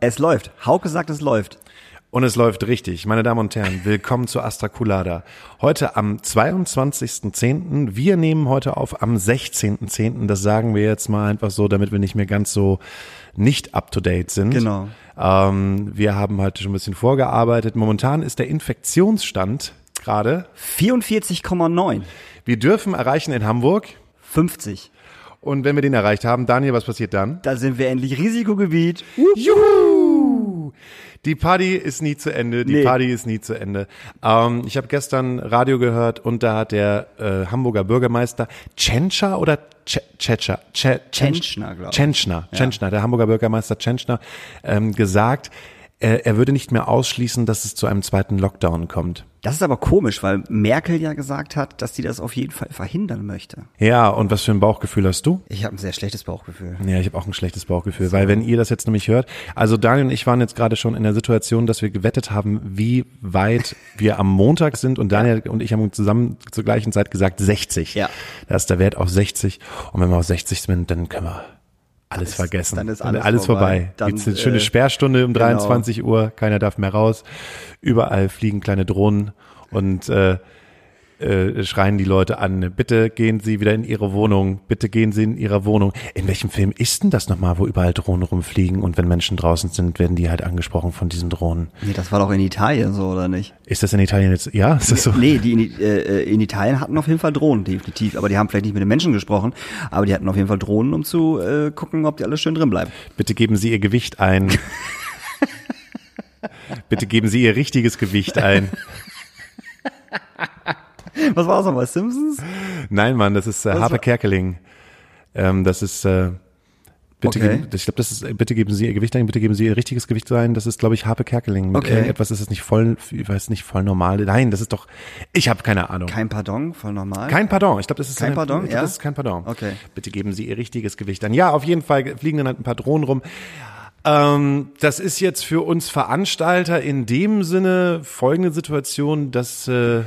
Es läuft. Hauke sagt, es läuft. Und es läuft richtig. Meine Damen und Herren, willkommen zu Astra Culada. Heute am 22.10. Wir nehmen heute auf am 16.10. Das sagen wir jetzt mal einfach so, damit wir nicht mehr ganz so nicht up to date sind. Genau. Ähm, wir haben heute schon ein bisschen vorgearbeitet. Momentan ist der Infektionsstand gerade. 44,9. Wir dürfen erreichen in Hamburg. 50. Und wenn wir den erreicht haben, Daniel, was passiert dann? Da sind wir endlich Risikogebiet. Juhu! Die Party ist nie zu Ende, die Nee. Party ist nie zu Ende. Ähm, ich habe gestern Radio gehört und da hat der äh, Hamburger Bürgermeister Tschentscher oder Tsche- Tschetscher? Tsche- Tschentsch- Tschentschner, glaub ich. Tschentschner, Tschentschner, der Hamburger Bürgermeister Tschentschner ähm, gesagt, äh, er würde nicht mehr ausschließen, dass es zu einem zweiten Lockdown kommt. Das ist aber komisch, weil Merkel ja gesagt hat, dass sie das auf jeden Fall verhindern möchte. Ja, und was für ein Bauchgefühl hast du? Ich habe ein sehr schlechtes Bauchgefühl. Ja, ich habe auch ein schlechtes Bauchgefühl, weil wenn ihr das jetzt nämlich hört, also Daniel und ich waren jetzt gerade schon in der Situation, dass wir gewettet haben, wie weit wir am Montag sind und Daniel und ich haben zusammen zur gleichen Zeit gesagt 60. Ja. Da ist der Wert auf 60 und wenn wir auf 60 sind, dann können wir alles vergessen. dann ist alles vorbei. Dann, Gibt's eine schöne äh, Sperrstunde um genau. 23 Uhr, keiner darf mehr raus. Überall fliegen kleine Drohnen und äh, äh, schreien die Leute an, bitte gehen Sie wieder in Ihre Wohnung, bitte gehen Sie in Ihre Wohnung. In welchem Film ist denn das nochmal, wo überall Drohnen rumfliegen und wenn Menschen draußen sind, werden die halt angesprochen von diesen Drohnen? Nee, das war doch in Italien so, oder nicht? Ist das in Italien jetzt, ja, ist das so? Nee, die in, I- äh, äh, in Italien hatten auf jeden Fall Drohnen, definitiv. Aber die haben vielleicht nicht mit den Menschen gesprochen, aber die hatten auf jeden Fall Drohnen, um zu äh, gucken, ob die alle schön drin bleiben. Bitte geben Sie Ihr Gewicht ein. bitte geben Sie Ihr richtiges Gewicht ein. Was war das nochmal? Simpsons? Nein, Mann, das ist äh, Harpe war- Kerkeling. Ähm, das ist, äh, bitte, Okay. geben, ich glaube, das ist, äh, bitte geben Sie Ihr Gewicht ein, bitte geben Sie Ihr richtiges Gewicht ein. Das ist, glaube ich, Harpe Kerkeling. Mit Okay. irgendetwas ist es nicht voll, ich weiß nicht, voll normal. Nein, das ist doch, ich habe keine Ahnung. Kein Kein Pardon, voll normal. Pardon. Ich glaube, das ist Kein eine- Pardon, ich glaub, ja? Das ist kein Pardon. Okay. Bitte geben Sie Ihr richtiges Gewicht ein. Ja, auf jeden Fall fliegen dann halt ein paar Drohnen rum. Ähm, das ist jetzt für uns Veranstalter in dem Sinne folgende Situation, dass äh,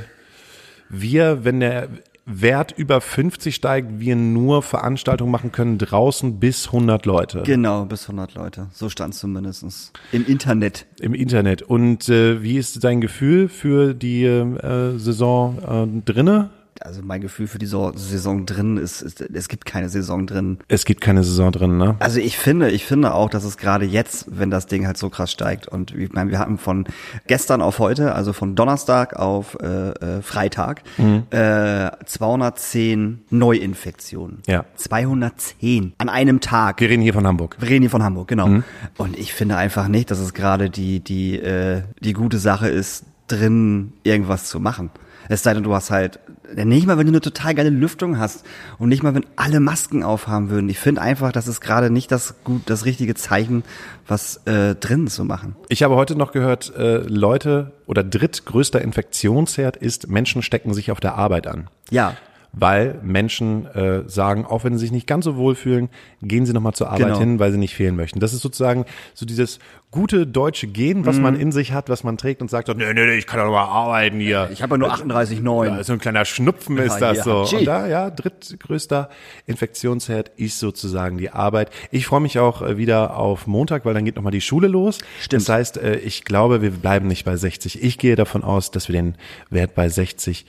wir, wenn der Wert über 50 steigt, wir nur Veranstaltungen machen können draußen bis 100 Leute Genau, bis 100 Leute. So stand zumindestens Im Internet. im Internet. Und äh, wie ist dein Gefühl für die äh, Saison äh, drinne? Also mein Gefühl für die So- Saison drin ist, ist, es gibt keine Saison drin. Es gibt keine Saison drin, ne? Also ich finde, ich finde auch, dass es gerade jetzt, wenn das Ding halt so krass steigt und ich meine, wir hatten von gestern auf heute, also von Donnerstag auf äh, äh, Freitag, äh, 210 Neuinfektionen. Ja. 210 an einem Tag. Wir reden hier von Hamburg. Wir reden hier von Hamburg, genau. Mhm. Und ich finde einfach nicht, dass es gerade die, die, äh, die gute Sache ist, drin irgendwas zu machen. Es sei denn, du hast halt, nicht mal, wenn du eine total geile Lüftung hast und nicht mal, wenn alle Masken aufhaben würden. Ich finde einfach, das ist gerade nicht das gut, das richtige Zeichen, was äh, drin zu machen. Ich habe heute noch gehört, äh, Leute oder drittgrößter Infektionsherd ist, Menschen stecken sich auf der Arbeit an. Ja, Weil Menschen äh, sagen, auch wenn sie sich nicht ganz so wohl fühlen, gehen sie nochmal zur Arbeit Genau. hin, weil sie nicht fehlen möchten. Das ist sozusagen so dieses gute deutsche Gen, Mhm. was man in sich hat, was man trägt und sagt, so, nee, nee, nee, ich kann doch noch mal arbeiten hier. ich habe ja nur Also, Ja, 38,9. so ein kleiner Schnupfen ist Ja, das ja. so. Tschi. Und da, ja, drittgrößter Infektionsherd ist sozusagen die Arbeit. Ich freue mich auch äh, wieder auf Montag, weil dann geht nochmal die Schule los. Stimmt. Das heißt, äh, ich glaube, wir bleiben nicht bei 60. Ich gehe davon aus, dass wir den Wert bei 60,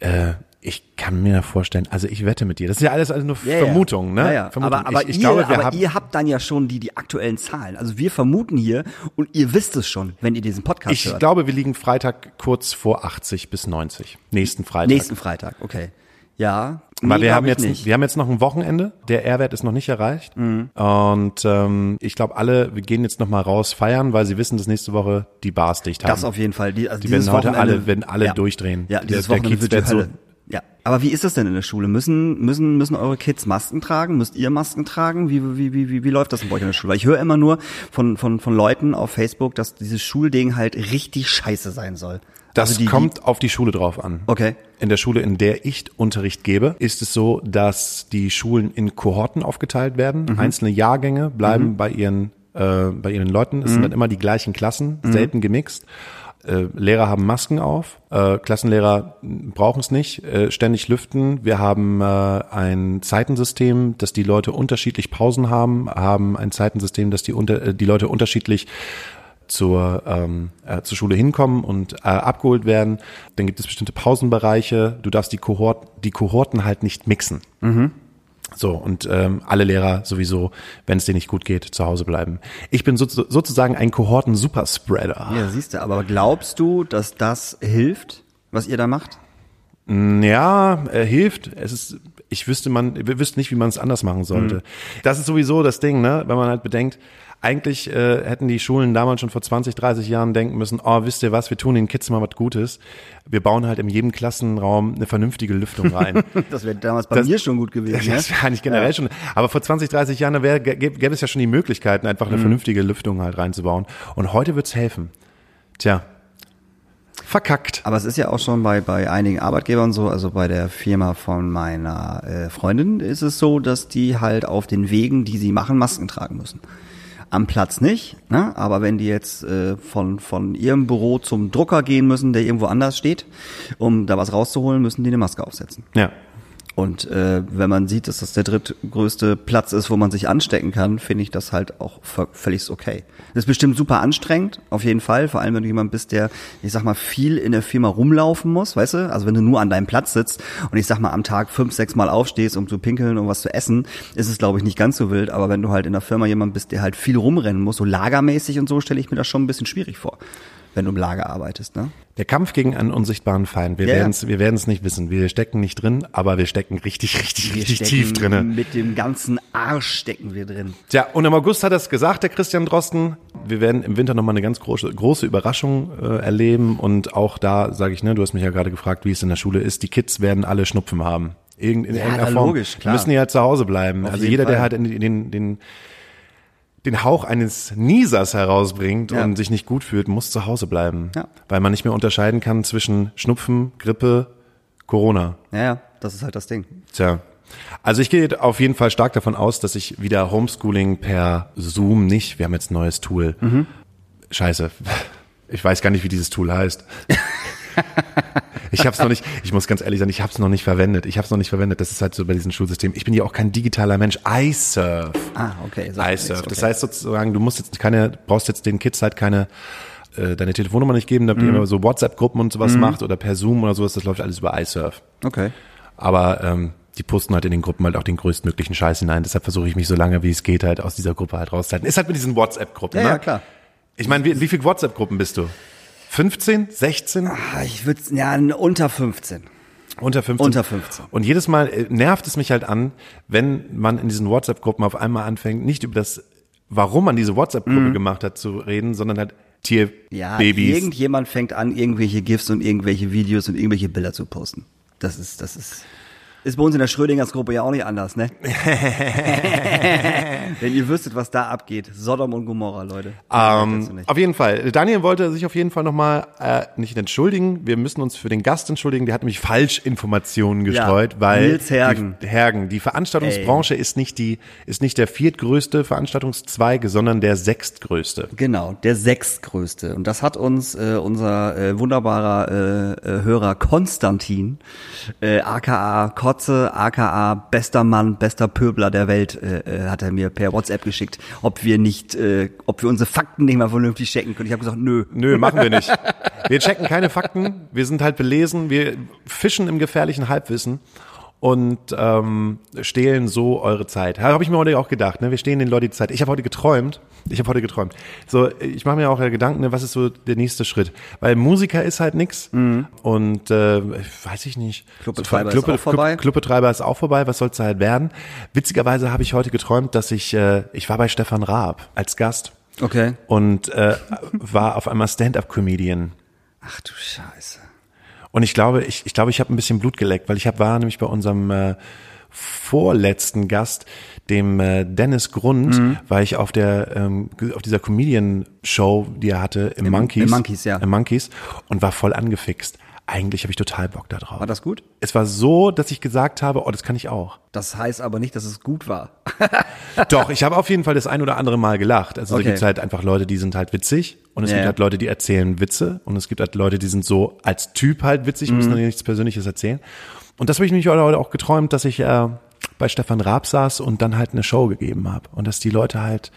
äh, ich kann mir vorstellen, also ich wette mit dir. Das ist ja alles, alles nur Ja, ja. Vermutung, ne? Ja, ja. Vermutung. Aber, aber, ich, ich ihr, glaube, wir aber haben, ihr habt dann ja schon die, die aktuellen Zahlen. Also wir vermuten hier und ihr wisst es schon, wenn ihr diesen Podcast ich hört. glaube, wir liegen Freitag kurz vor 80 bis 90. Nächsten Freitag. Nächsten Freitag, okay. Ja. Weil nee, wir glaub haben ich jetzt, nicht. wir haben jetzt noch ein Wochenende. Der R-Wert ist noch nicht erreicht. Und ähm, ich glaube, alle wir gehen jetzt noch mal raus feiern, weil sie wissen, dass nächste Woche die Bars dicht haben. Das auf jeden Fall. Die, also Die dieses werden heute Wochenende- alle- werden alle ja. durchdrehen. Ja, Der- dieses der Wochenende Kiez wird die wird so- Hölle. ja. Aber wie ist das denn in der Schule? Müssen, müssen, müssen eure Kids Masken tragen? Müsst ihr Masken tragen? Wie, wie, wie, wie, wie läuft das denn bei euch in der Schule? Weil ich höre immer nur von, von, von Leuten auf Facebook, dass dieses Schulding halt richtig scheiße sein soll. Das also die, kommt auf die Schule drauf an. Okay. In der Schule, in der ich Unterricht gebe, ist es so, dass die Schulen in Kohorten aufgeteilt werden. Mhm. Einzelne Jahrgänge Mhm. bleiben bei ihren äh, bei ihren Leuten. Es sind dann immer die gleichen Klassen, selten gemixt. äh, Lehrer haben Masken auf, äh, Klassenlehrer brauchen es nicht, äh, ständig lüften. Wir haben äh, ein Zeitensystem, dass die Leute unterschiedlich Pausen haben, haben ein Zeitensystem, dass die, unter, äh, die Leute unterschiedlich zur, ähm, äh, zur Schule hinkommen und äh, abgeholt werden. Dann gibt es bestimmte Pausenbereiche. Du darfst die, Kohort, die Kohorten halt nicht mixen. So, und ähm, alle Lehrer sowieso, wenn es dir nicht gut geht, zu Hause bleiben. Ich bin so, sozusagen ein Kohorten-Superspreader. Ja, siehst du, aber glaubst du, dass das hilft, was ihr da macht? Ja, äh, hilft. Es ist, ich wüsste man, wir wüssten nicht, wie man es anders machen Mhm. sollte. Das ist sowieso das Ding, ne? Wenn man halt bedenkt, eigentlich äh, hätten die Schulen damals schon vor 20, 30 Jahren denken müssen, oh, wisst ihr was, wir tun den Kids mal was Gutes. Wir bauen halt in jedem Klassenraum eine vernünftige Lüftung rein. Das wäre damals bei Das- mir schon gut gewesen. Das ne? wäre eigentlich generell Ja. schon. Aber vor 20, 30 Jahren da wär, gäb- gäbe es ja schon die Möglichkeiten, einfach Mhm. eine vernünftige Lüftung halt reinzubauen. Und heute wird's helfen. Tja. Verkackt. Aber es ist ja auch schon bei, bei einigen Arbeitgebern so, also bei der Firma von meiner äh, Freundin ist es so, dass die halt auf den Wegen, die sie machen, Masken tragen müssen. Am Platz nicht, ne? aber wenn die jetzt äh, von, von ihrem Büro zum Drucker gehen müssen, der irgendwo anders steht, um da was rauszuholen, müssen die eine Maske aufsetzen. Ja. Und äh, wenn man sieht, dass das der drittgrößte Platz ist, wo man sich anstecken kann, finde ich das halt auch vö- völlig okay. Das ist bestimmt super anstrengend, auf jeden Fall. Vor allem, wenn du jemand bist, der, ich sag mal, viel in der Firma rumlaufen muss, weißt du? Also wenn du nur an deinem Platz sitzt und ich sag mal am Tag fünf, sechs Mal aufstehst, um zu pinkeln und was zu essen, ist es, glaube ich, nicht ganz so wild. Aber wenn du halt in der Firma jemand bist, der halt viel rumrennen muss, so lagermäßig und so, stelle ich mir das schon ein bisschen schwierig vor, wenn du im Lager arbeitest, ne? Der Kampf gegen einen unsichtbaren Feind. Wir Ja, ja. werden's, wir werden's nicht wissen. Wir stecken nicht drin, aber wir stecken richtig, richtig, richtig tief drinne. Mit dem ganzen Arsch stecken wir drin. Tja, und im August hat das gesagt, der Christian Drosten. Wir werden im Winter nochmal eine ganz große, große Überraschung äh, erleben. Und auch da sage ich, ne, du hast mich ja gerade gefragt, wie es in der Schule ist. Die Kids werden alle Schnupfen haben. Irgend, in Ja, irgendeiner na, Form. logisch, klar. Die Müssen ja halt zu Hause bleiben. also jeden jeder, der Fall. halt in, den, den, den Hauch eines Niesers herausbringt Ja. und sich nicht gut fühlt, muss zu Hause bleiben. Ja. Weil man nicht mehr unterscheiden kann zwischen Schnupfen, Grippe, Corona. Ja, ja, das ist halt das Ding. Tja. Also ich gehe auf jeden Fall stark davon aus, dass ich wieder Homeschooling per Zoom nicht, wir haben jetzt ein neues Tool. Scheiße. Ich weiß gar nicht, wie dieses Tool heißt. Ich habe es noch nicht, ich muss ganz ehrlich sein, ich habe es noch nicht verwendet. Ich habe es noch nicht verwendet. Das ist halt so bei diesem Schulsystem. Ich bin ja auch kein digitaler Mensch. iSurf. Ah, okay. sagt mir nichts, iSurf. okay. Das heißt sozusagen, du musst jetzt keine, brauchst jetzt den Kids halt keine äh, deine Telefonnummer nicht geben, damit ihr immer so WhatsApp-Gruppen und sowas macht oder per Zoom oder sowas. Das läuft alles über iSurf. Okay. Aber ähm, die posten halt in den Gruppen halt auch den größtmöglichen Scheiß hinein. Deshalb versuche ich mich so lange, wie es geht, halt aus dieser Gruppe halt rauszuhalten. Ist halt mit diesen WhatsApp-Gruppen, Ja, ne? ja, klar. Ich meine, wie, wie viele WhatsApp-Gruppen bist du? 15, 16, Ah, Ich würde ja n- unter 15. unter 15? Unter 15. Und jedes Mal äh, nervt es mich halt an, wenn man in diesen WhatsApp-Gruppen auf einmal anfängt, nicht über das, warum man diese WhatsApp-Gruppe gemacht hat, zu reden, sondern halt Mhm. Ja, Tierbabys. irgendjemand fängt an, irgendwelche GIFs und irgendwelche Videos und irgendwelche Bilder zu posten. Das ist, das ist. Ist bei uns in der Schrödingers Gruppe ja auch nicht anders, ne? Wenn ihr wüsstet, was da abgeht. Sodom und Gomorra, Leute. Ähm, auf jeden Fall. Daniel wollte sich auf jeden Fall nochmal äh, nicht entschuldigen. Wir müssen uns für den Gast entschuldigen. Der hat nämlich Falschinformationen gestreut, weil Nils Hergen. Die, Hergen, die Veranstaltungsbranche ist nicht die ist nicht der viertgrößte Veranstaltungszweig, sondern der sechstgrößte. Genau, der sechstgrößte. Und das hat uns äh, unser äh, wunderbarer äh, äh, Hörer Konstantin, äh, aka Kotze, aka bester Mann, bester Pöbler der Welt, äh, äh, hat er mir per WhatsApp geschickt, ob wir nicht, äh, ob wir unsere Fakten nicht mal vernünftig checken können. Ich habe gesagt, nö. Nö, machen wir nicht. Wir checken keine Fakten. Wir sind halt belesen. Wir fischen im gefährlichen Halbwissen und ähm, stehlen so eure Zeit. Habe ich mir heute auch gedacht. Ne? Wir stehlen den Leuten die Zeit. Ich habe heute geträumt. Ich habe heute geträumt. So, ich mache mir auch äh, Gedanken, ne, was ist so der nächste Schritt? Weil Musiker ist halt nix. Und äh, weiß ich nicht. Clubbetreiber So, Mhm. ist auch vorbei. Clubbetreiber ist auch vorbei. Was soll's da halt werden? Witzigerweise habe ich heute geträumt, dass ich äh, ich war bei Stefan Raab als Gast Okay. und äh, war auf einmal Stand-up-Comedian. Ach du Scheiße. Und ich glaube, ich, ich glaube, ich habe ein bisschen Blut geleckt, weil ich hab, war nämlich bei unserem äh, vorletzten Gast, dem äh, Dennis Grund, war ich auf der ähm, ge- auf dieser Comedian Show, die er hatte im, Monkeys, im Monkeys, ja. im Monkeys und war voll angefixt. Eigentlich habe ich total Bock da drauf. War das gut? Es war so, dass ich gesagt habe, oh, das kann ich auch. Das heißt aber nicht, dass es gut war. Doch, ich habe auf jeden Fall das ein oder andere Mal gelacht. Also Okay. da gibt's halt einfach Leute, die sind halt witzig und es Ja. gibt halt Leute, die erzählen Witze und es gibt halt Leute, die sind so als Typ halt witzig, müssen Mhm. dann nichts Persönliches erzählen. Und das habe ich mich heute auch geträumt, dass ich äh, bei Stefan Raab saß und dann halt eine Show gegeben habe und dass die Leute halt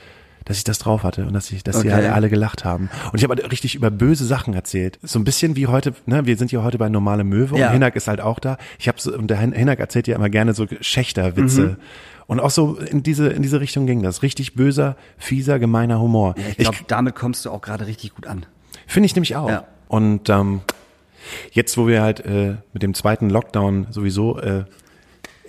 dass ich das drauf hatte und dass ich, dass die Okay. halt alle gelacht haben. Und ich habe halt richtig über böse Sachen erzählt. So ein bisschen wie heute, ne, wir sind ja heute bei normale Möwe Ja. und Hinak ist halt auch da. Ich habe so, und der Hin- Hinak erzählt ja immer gerne so Schächterwitze. Mhm. Und auch so in diese, in diese Richtung ging das. Richtig böser, fieser, gemeiner Humor. Ja, ich ich glaube, damit kommst du auch gerade richtig gut an. Finde ich nämlich auch. Ja. Und ähm, jetzt, wo wir halt äh, mit dem zweiten Lockdown sowieso äh,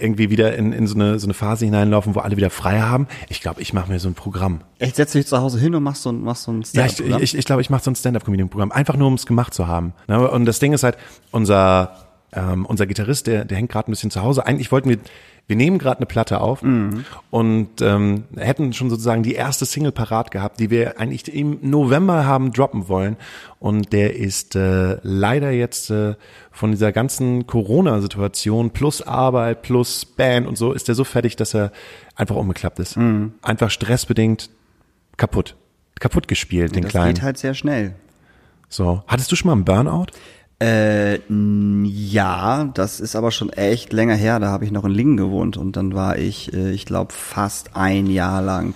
irgendwie wieder in, in so, eine, so eine Phase hineinlaufen, wo alle wieder frei haben, ich glaube, ich mache mir so ein Programm. Echt, setz dich zu Hause hin und machst so ein, machst so ein Stand-up, Ja, ich oder? glaube, ich, ich, glaub, ich mache so ein Stand-Up-Comedian-Programm, einfach nur, um es gemacht zu haben. Ne? Und das Ding ist halt, unser, ähm, unser Gitarrist, der, der hängt gerade ein bisschen zu Hause. Eigentlich wollten wir, wir nehmen gerade eine Platte auf und ähm, hätten schon sozusagen die erste Single parat gehabt, die wir eigentlich im November haben droppen wollen. Und der ist äh, leider jetzt äh, von dieser ganzen Corona-Situation plus Arbeit, plus Band und so, ist der so fertig, dass er einfach umgeklappt ist. Einfach stressbedingt kaputt. Kaputt gespielt, den das Kleinen. geht halt sehr schnell. So. Hattest du schon mal einen Burnout? Äh, n- ja, das ist aber schon echt länger her. Da habe ich noch in Lingen gewohnt und dann war ich, äh, ich glaube, fast ein Jahr lang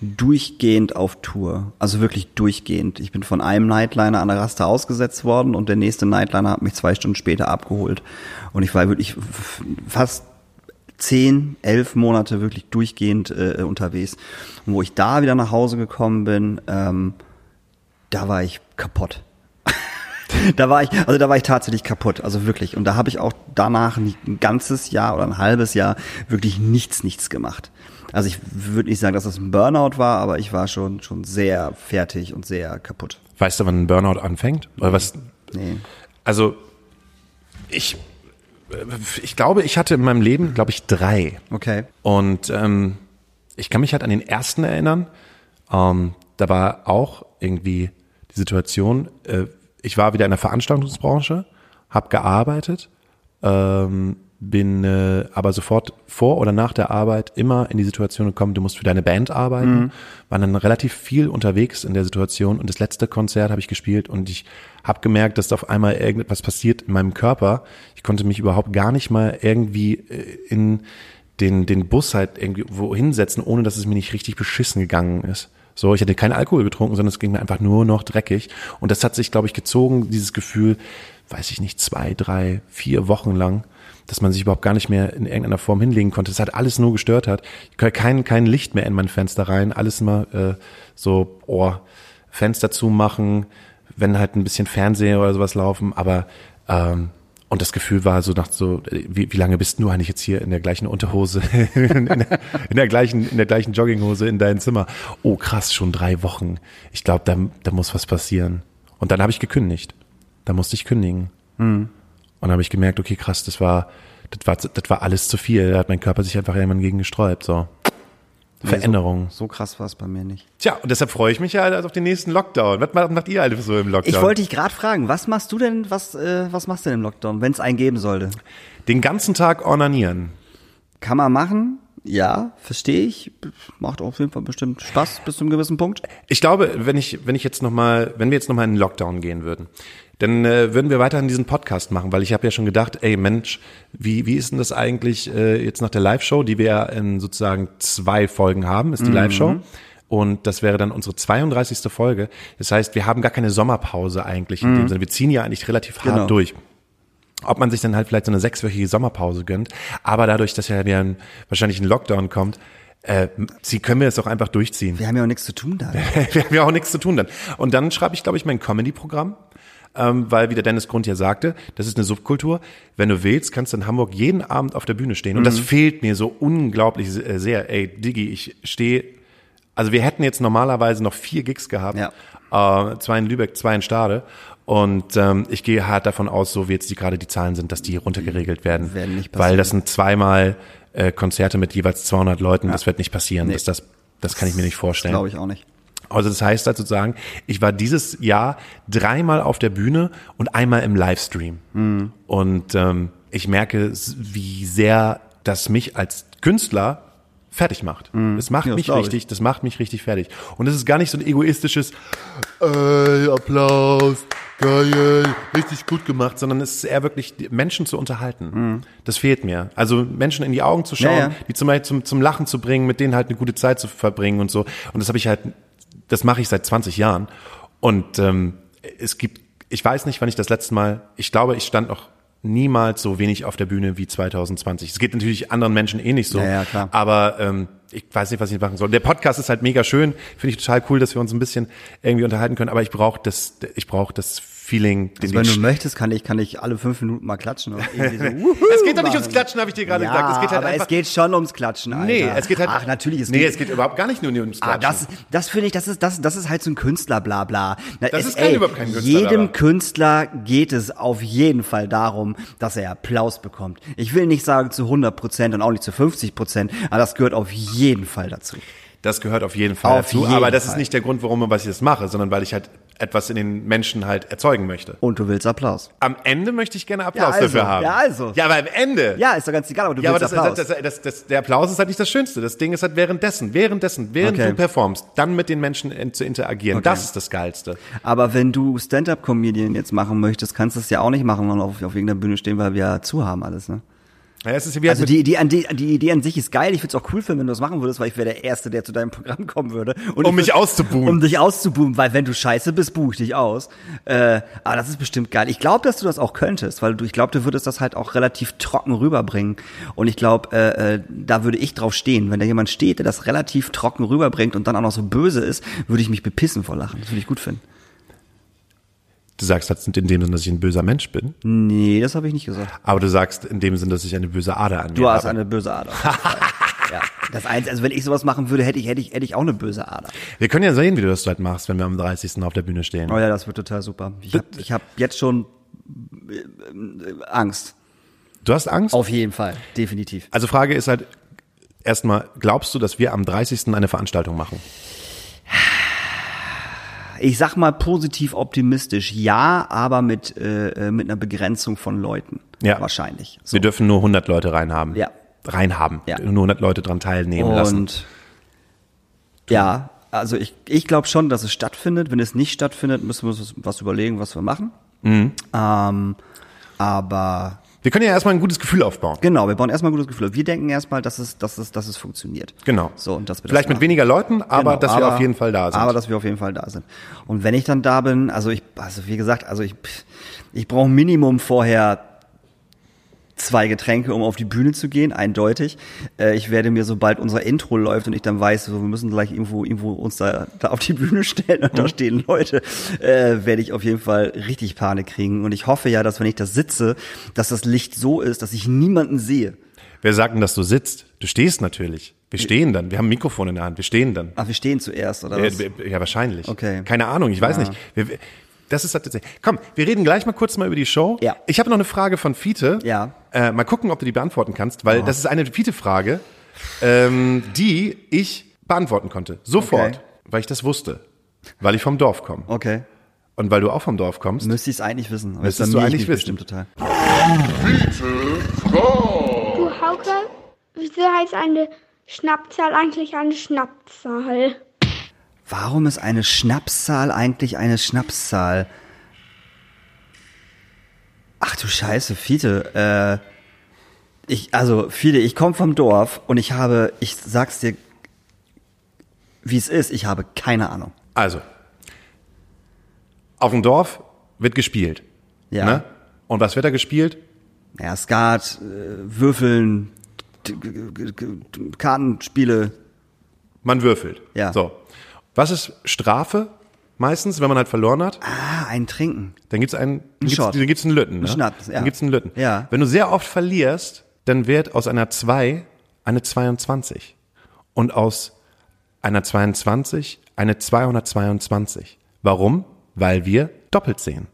durchgehend auf Tour. Also wirklich durchgehend. Ich bin von einem Nightliner an der Raste ausgesetzt worden und der nächste Nightliner hat mich zwei Stunden später abgeholt. Und ich war wirklich f- fast zehn, elf Monate wirklich durchgehend äh, unterwegs. Und wo ich da wieder nach Hause gekommen bin, ähm, da war ich kaputt. da war ich, also da war ich tatsächlich kaputt, also wirklich. Und da habe ich auch danach ein ein ganzes Jahr oder ein halbes Jahr wirklich nichts, nichts gemacht. Also ich würde nicht sagen, dass das ein Burnout war, aber ich war schon, schon sehr fertig und sehr kaputt. Weißt du, wann ein Burnout anfängt? Oder was? Nee. Also, ich, äh, ich glaube, ich hatte in meinem Leben, glaube ich, drei. Okay. Und ähm, ich kann mich halt an den ersten erinnern. Ähm, da war auch irgendwie die Situation, äh, ich war wieder in der Veranstaltungsbranche, habe gearbeitet, ähm, bin äh, aber sofort vor oder nach der Arbeit immer in die Situation gekommen, du musst für deine Band arbeiten, war dann relativ viel unterwegs in der Situation und das letzte Konzert habe ich gespielt und ich habe gemerkt, dass da auf einmal irgendetwas passiert in meinem Körper. Ich konnte mich überhaupt gar nicht mal irgendwie äh, in den, den Bus halt irgendwie wohin setzen, ohne dass es mir nicht richtig beschissen gegangen ist. So, ich hatte keinen Alkohol getrunken, sondern es ging mir einfach nur noch dreckig. Und das hat sich, glaube ich, gezogen, dieses Gefühl, weiß ich nicht, zwei, drei, vier Wochen lang, dass man sich überhaupt gar nicht mehr in irgendeiner Form hinlegen konnte. Es hat alles nur gestört hat. Ich konnte Kein, kein Licht mehr in mein Fenster rein, alles immer äh, so, oh, Fenster zumachen, wenn halt ein bisschen Fernseher oder sowas laufen, aber ähm, und das Gefühl war so nach so, äh, wie, wie lange bist du eigentlich jetzt hier in der gleichen Unterhose, in, der, in der gleichen, in der gleichen Jogginghose in deinem Zimmer? Oh krass, schon drei Wochen. Ich glaube, da, da muss was passieren. Und dann habe ich gekündigt. Da musste ich kündigen. Hm. Und dann habe ich gemerkt, okay, krass, das war, das war, das war alles zu viel. Da hat mein Körper sich einfach irgendwann gegen gesträubt. So. Veränderung. So krass war es bei mir nicht. Tja, und deshalb freue ich mich ja halt auf den nächsten Lockdown. Was macht ihr alle so im Lockdown? Ich wollte dich gerade fragen, was machst du denn, was, äh, was machst du denn im Lockdown, wenn es einen geben sollte? den ganzen Tag ornanieren. Kann man machen, ja, verstehe ich. Macht auf jeden Fall bestimmt Spaß bis zu einem gewissen Punkt. Ich glaube, wenn ich, wenn ich jetzt noch mal, wenn wir jetzt noch mal in den Lockdown gehen würden, dann äh, würden wir weiterhin diesen Podcast machen, weil ich habe ja schon gedacht, ey Mensch, wie, wie ist denn das eigentlich äh, jetzt nach der Live-Show, die wir ja in sozusagen zwei Folgen haben, ist die Live-Show. Und das wäre dann unsere 32. Folge. Das heißt, wir haben gar keine Sommerpause eigentlich in dem Sinne. Wir ziehen ja eigentlich relativ Genau. hart durch. ob man sich dann halt vielleicht so eine sechswöchige Sommerpause gönnt. Aber dadurch, dass ja wieder ein, wahrscheinlich ein Lockdown kommt, äh, sie können wir es auch einfach durchziehen. Wir haben ja auch nichts zu tun da. wir haben ja auch nichts zu tun dann. Und dann schreibe ich, glaube ich, mein Comedy-Programm. Ähm, weil, wie der Dennis Grund ja sagte, das ist eine Subkultur. Wenn du willst, kannst du in Hamburg jeden Abend auf der Bühne stehen. Und das Mhm. fehlt mir so unglaublich äh, sehr. Ey, Diggi, ich stehe. Also wir hätten jetzt normalerweise noch vier Gigs gehabt. Äh, zwei in Lübeck, zwei in Stade. Und ähm, ich gehe hart davon aus, so wie jetzt die gerade die Zahlen sind, dass die runtergeregelt werden. Werden nicht weil passieren. das sind zweimal äh, Konzerte mit jeweils 200 Leuten. Das wird nicht passieren. Das, das, das kann ich mir nicht vorstellen. Glaube ich auch nicht. Also das heißt halt sozusagen, ich war dieses Jahr dreimal auf der Bühne und einmal im Livestream. Und ähm, ich merke, s- wie sehr das mich als Künstler fertig macht. Das macht Mhm. Ja, das mich glaub ich. richtig, das macht mich richtig fertig. Und es ist gar nicht so ein egoistisches Ey, Applaus, geil, richtig gut gemacht, sondern es ist eher wirklich die Menschen zu unterhalten. Das fehlt mir. Also Menschen in die Augen zu schauen, Mhm. Ja, ja. die zum Beispiel zum, zum Lachen zu bringen, mit denen halt eine gute Zeit zu verbringen und so. Und das habe ich halt, das mache ich seit 20 Jahren. Und ähm, es gibt, ich weiß nicht, wann ich das letzte Mal, ich glaube, ich stand noch niemals so wenig auf der Bühne wie 2020. Es geht natürlich anderen Menschen eh nicht so. Ja, ja, klar. Aber ähm, ich weiß nicht, was ich machen soll. Der Podcast ist halt mega schön. Finde ich total cool, dass wir uns ein bisschen irgendwie unterhalten können. Aber ich brauche das, ich brauche das Feeling. den- Also wenn den du möchtest, kann ich, kann ich alle fünf Minuten mal klatschen. Und irgendwie so, es "Wuhu!" geht doch nicht ums machen. Klatschen, habe ich dir gerade ja, gesagt. Es geht halt aber einfach, es geht schon ums Klatschen, Alter. nee, es geht halt. Ach, natürlich, es nee, geht. es geht überhaupt gar nicht nur ums Klatschen. Ah, das, das finde ich, das ist, das, das ist halt so ein Künstler-Blabla. Na, Das es- ist kein- überhaupt kein Künstler-Blabla. Jedem Künstler geht es auf jeden Fall darum, dass er Applaus bekommt. Ich will nicht sagen zu 100 Prozent und auch nicht zu 50 Prozent, aber das gehört auf jeden Fall dazu. Das gehört auf jeden Fall Auf dazu. jeden aber das ist Fall. nicht der Grund, warum was ich das mache, sondern weil ich halt etwas in den Menschen halt erzeugen möchte. Und du willst Applaus. Am Ende möchte ich gerne Applaus also, dafür haben. ja, also. Ja, aber am Ende. Ja, ist doch ganz egal, aber du Ja, aber willst das, Applaus. das, das, das, das, der Applaus ist halt nicht das Schönste. Das Ding ist halt währenddessen, währenddessen, während Okay. du performst, dann mit den Menschen in, zu interagieren. Das ist das Geilste. aber wenn du Stand-Up-Comedian jetzt machen möchtest, kannst du es ja auch nicht machen und auf, auf irgendeiner Bühne stehen, weil wir ja zu haben alles, ne? Ja, es ist wie halt Also mit- die Idee, an die, die Idee an sich ist geil. Ich würde es auch cool finden, wenn du das machen würdest, weil ich wäre der Erste, der zu deinem Programm kommen würde. Und Um ich mich auszubuhen. Um dich auszubuhen, weil wenn du scheiße bist, buche ich dich aus. Äh, aber das ist bestimmt geil. Ich glaube, dass du das auch könntest, weil du, ich glaube, du würdest das halt auch relativ trocken rüberbringen. Und ich glaube, äh, äh, da würde ich drauf stehen. Wenn da jemand steht, der das relativ trocken rüberbringt und dann auch noch so böse ist, würde ich mich bepissen vor Lachen. Das würde ich gut finden. du sagst halt in dem Sinne, dass ich ein böser Mensch bin, Nee, das habe ich nicht gesagt. aber du sagst in dem Sinne, dass ich eine böse Ader an Du mir hast halt habe. eine böse Ader. auf jeden Fall. ja. Das eins, also wenn ich sowas machen würde, hätte ich, hätte ich, hätte ich auch eine böse Ader. Wir können ja sehen, wie du das halt machst, wenn wir am 30. auf der Bühne stehen. Oh ja, das wird total super. Ich habe ich hab jetzt schon äh, Angst. Du hast Angst? Auf jeden Fall, definitiv. Also Frage ist halt erstmal, glaubst du, dass wir am 30. eine Veranstaltung machen? Ich sag mal positiv optimistisch, ja, aber mit, äh, äh, mit einer Begrenzung von Leuten. Ja. Wahrscheinlich. So. Wir dürfen nur 100 Leute reinhaben. Ja. Reinhaben. Ja. Nur 100 Leute dran teilnehmen lassen. Und ja, also ich, ich glaube schon, dass es stattfindet. Wenn es nicht stattfindet, müssen wir uns was überlegen, was wir machen. Mhm. Ähm, aber Wir können ja erstmal ein gutes Gefühl aufbauen. Genau, wir bauen erstmal ein gutes Gefühl. auf. Wir denken erstmal, dass es, dass es, dass es funktioniert. Genau. So, und dass wir Vielleicht das mit weniger Leuten, aber Genau, dass wir auf jeden Fall da sind. Aber dass wir auf jeden Fall da sind. Und wenn ich dann da bin, also ich, also wie gesagt, also ich, pff, ich brauche Minimum vorher zwei Getränke, um auf die Bühne zu gehen, eindeutig. Äh, ich werde mir, sobald unser Intro läuft und ich dann weiß, so, wir müssen gleich irgendwo, irgendwo uns da, da auf die Bühne stellen Mhm. und da stehen Leute, äh, werde ich auf jeden Fall richtig Panik kriegen. Und ich hoffe ja, dass wenn ich da sitze, dass das Licht so ist, dass ich niemanden sehe. Wer sagt denn, dass du sitzt? Du stehst natürlich. Wir Hm. stehen dann. Wir haben ein Mikrofon in der Hand. Wir stehen dann. Ach, Ah, wir stehen zuerst, oder Äh, was? Ja, wahrscheinlich. Okay. Keine Ahnung, ich weiß nicht. Wir, wir- das ist halt tatsächlich. Komm, wir reden gleich mal kurz mal über die Show. Ja. Ich habe noch eine Frage von Fiete. Ja. Oh. Äh, mal gucken, ob du die beantworten kannst, weil das ist eine Fiete-Frage, ähm, die ich beantworten konnte. Sofort. Okay. Weil ich das wusste. Weil ich vom Dorf komme. Okay. Und weil du auch vom Dorf kommst. Müsste ich es eigentlich wissen. Aber Müsstest jetzt du blamier ich eigentlich mich wissen. Bestimmt total. Du Hauke, wieso heißt eine Schnappzahl eigentlich eine Schnappzahl? Warum ist eine Schnapszahl eigentlich eine Schnapszahl? Ach du Scheiße, Fiete. Äh, ich, also, Fiete, ich komme vom Dorf und ich habe, ich sag's dir, wie es ist, ich habe keine Ahnung. Also, auf dem Dorf wird gespielt. Ja. Ne? Und was wird da gespielt? Ja, Skat, äh, Würfeln, d- g- g- g- Kartenspiele. Man würfelt. Ja. So. Was ist Strafe meistens, wenn man halt verloren hat? Ah, ein Trinken. Dann gibt's einen, dann gibt's, Shot. dann gibt's einen Lütten. Ne? Schnaps, ja. Dann gibt's einen Lütten. Ja. Wenn du sehr oft verlierst, dann wird aus einer 2 eine 22. Und aus einer 22 eine 222. Warum? Weil wir doppelt sehen.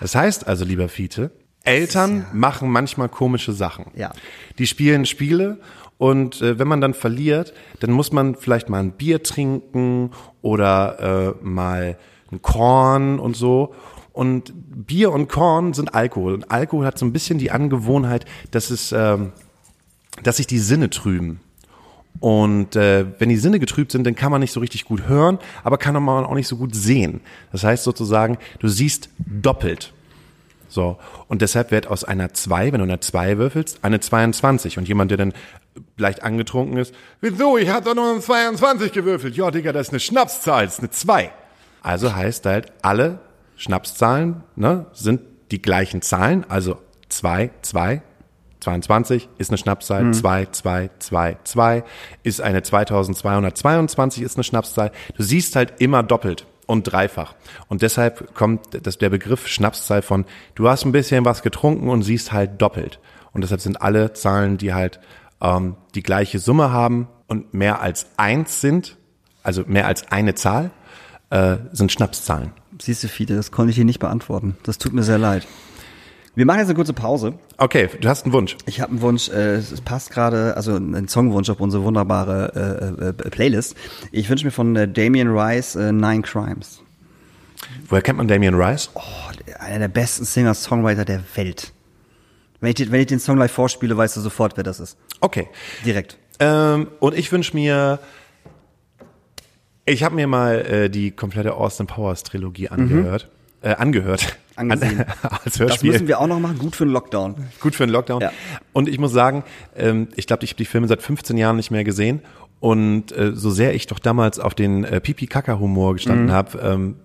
Das heißt also, lieber Fiete, Eltern machen manchmal komische Sachen. Ja. Die spielen Spiele Und äh, wenn man dann verliert, dann muss man vielleicht mal ein Bier trinken oder äh, mal ein Korn und so. Und Bier und Korn sind Alkohol. Und Alkohol hat so ein bisschen die Angewohnheit, dass es, ähm, dass sich die Sinne trüben. Und äh, wenn die Sinne getrübt sind, dann kann man nicht so richtig gut hören, aber kann man auch nicht so gut sehen. Das heißt sozusagen, du siehst doppelt. So. Und deshalb wird aus einer 2, wenn du eine 2 würfelst, eine 22. Und jemand, der dann leicht angetrunken ist, wieso, ich hab doch nur eine 22 gewürfelt. Ja, Digga, das ist eine Schnapszahl, das ist eine 2. Also heißt halt, alle Schnapszahlen ne, sind die gleichen Zahlen, also 2, 2, 22 ist eine Schnapszahl, 2, 2, 2, 2 ist eine 2222 ist eine Schnapszahl. Du siehst halt immer doppelt und dreifach. Und deshalb kommt das, der Begriff Schnapszahl von, du hast ein bisschen was getrunken und siehst halt doppelt. Und deshalb sind alle Zahlen, die halt ähm, die gleiche Summe haben und mehr als eins sind, also mehr als eine Zahl, äh, sind Schnapszahlen. Siehst du, Fiete, das konnte ich hier nicht beantworten. Das tut mir sehr leid. Wir machen jetzt eine kurze Pause. Okay, du hast einen Wunsch. Ich habe einen Wunsch, äh, es es passt gerade, also einen Songwunsch auf unsere wunderbare äh, äh, äh, Playlist. Ich wünsche mir von äh, Damien Rice äh, Nine Crimes. Woher kennt man Damien Rice? Oh, einer der besten Singer-Songwriter der Welt. Wenn ich, den- wenn ich den Song live vorspiele, weißt du sofort, wer das ist. Okay. Direkt. Ähm, und ich wünsche mir, ich habe mir mal äh, die komplette Austin Powers Trilogie angehört. Äh, angehört. Mhm. Angesehen. Als Das Hörspiel. müssen wir auch noch machen, gut für einen Lockdown. Gut für den Lockdown. Ja. Und ich muss sagen, ähm, ich glaube, ich habe die Filme seit 15 Jahren nicht mehr gesehen. Und äh, so sehr ich doch damals auf den äh, Pipi-Kaka-Humor gestanden Mhm. habe, ähm,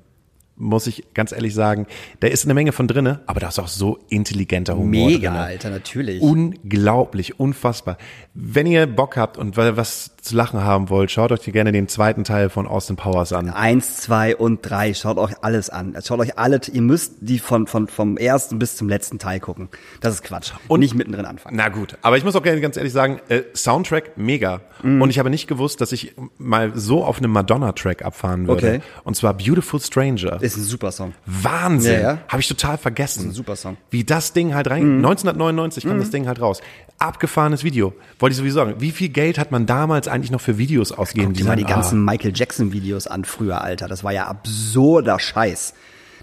muss ich ganz ehrlich sagen, da ist eine Menge von drinne, aber da ist auch so intelligenter Humor Mega, drinne. Alter, natürlich. Unglaublich, unfassbar. Wenn ihr Bock habt und wa- was zu lachen haben wollt, schaut euch gerne den zweiten Teil von Austin Powers an. Eins, zwei und drei. Schaut euch alles an. Schaut euch alle. Ihr müsst die von, von, vom ersten bis zum letzten Teil gucken. Das ist Quatsch. Und nicht mittendrin anfangen. Na gut, aber ich muss auch gerne ganz ehrlich sagen, äh, Soundtrack mega. Und ich habe nicht gewusst, dass ich mal so auf einem Madonna-Track abfahren würde. Okay. Und zwar Beautiful Stranger. Ist ein super Song. Wahnsinn. Ja, ja. Habe ich total vergessen. ein super Song. Wie das Ding halt rein. 1999 kam das Ding halt raus. Abgefahrenes Video. Wollte ich sowieso sagen. Wie viel Geld hat man damals eigentlich noch für Videos ausgegeben? Guck dir mal die man- ah. ganzen Michael Jackson Videos an früher, Alter. Das war ja absurder Scheiß.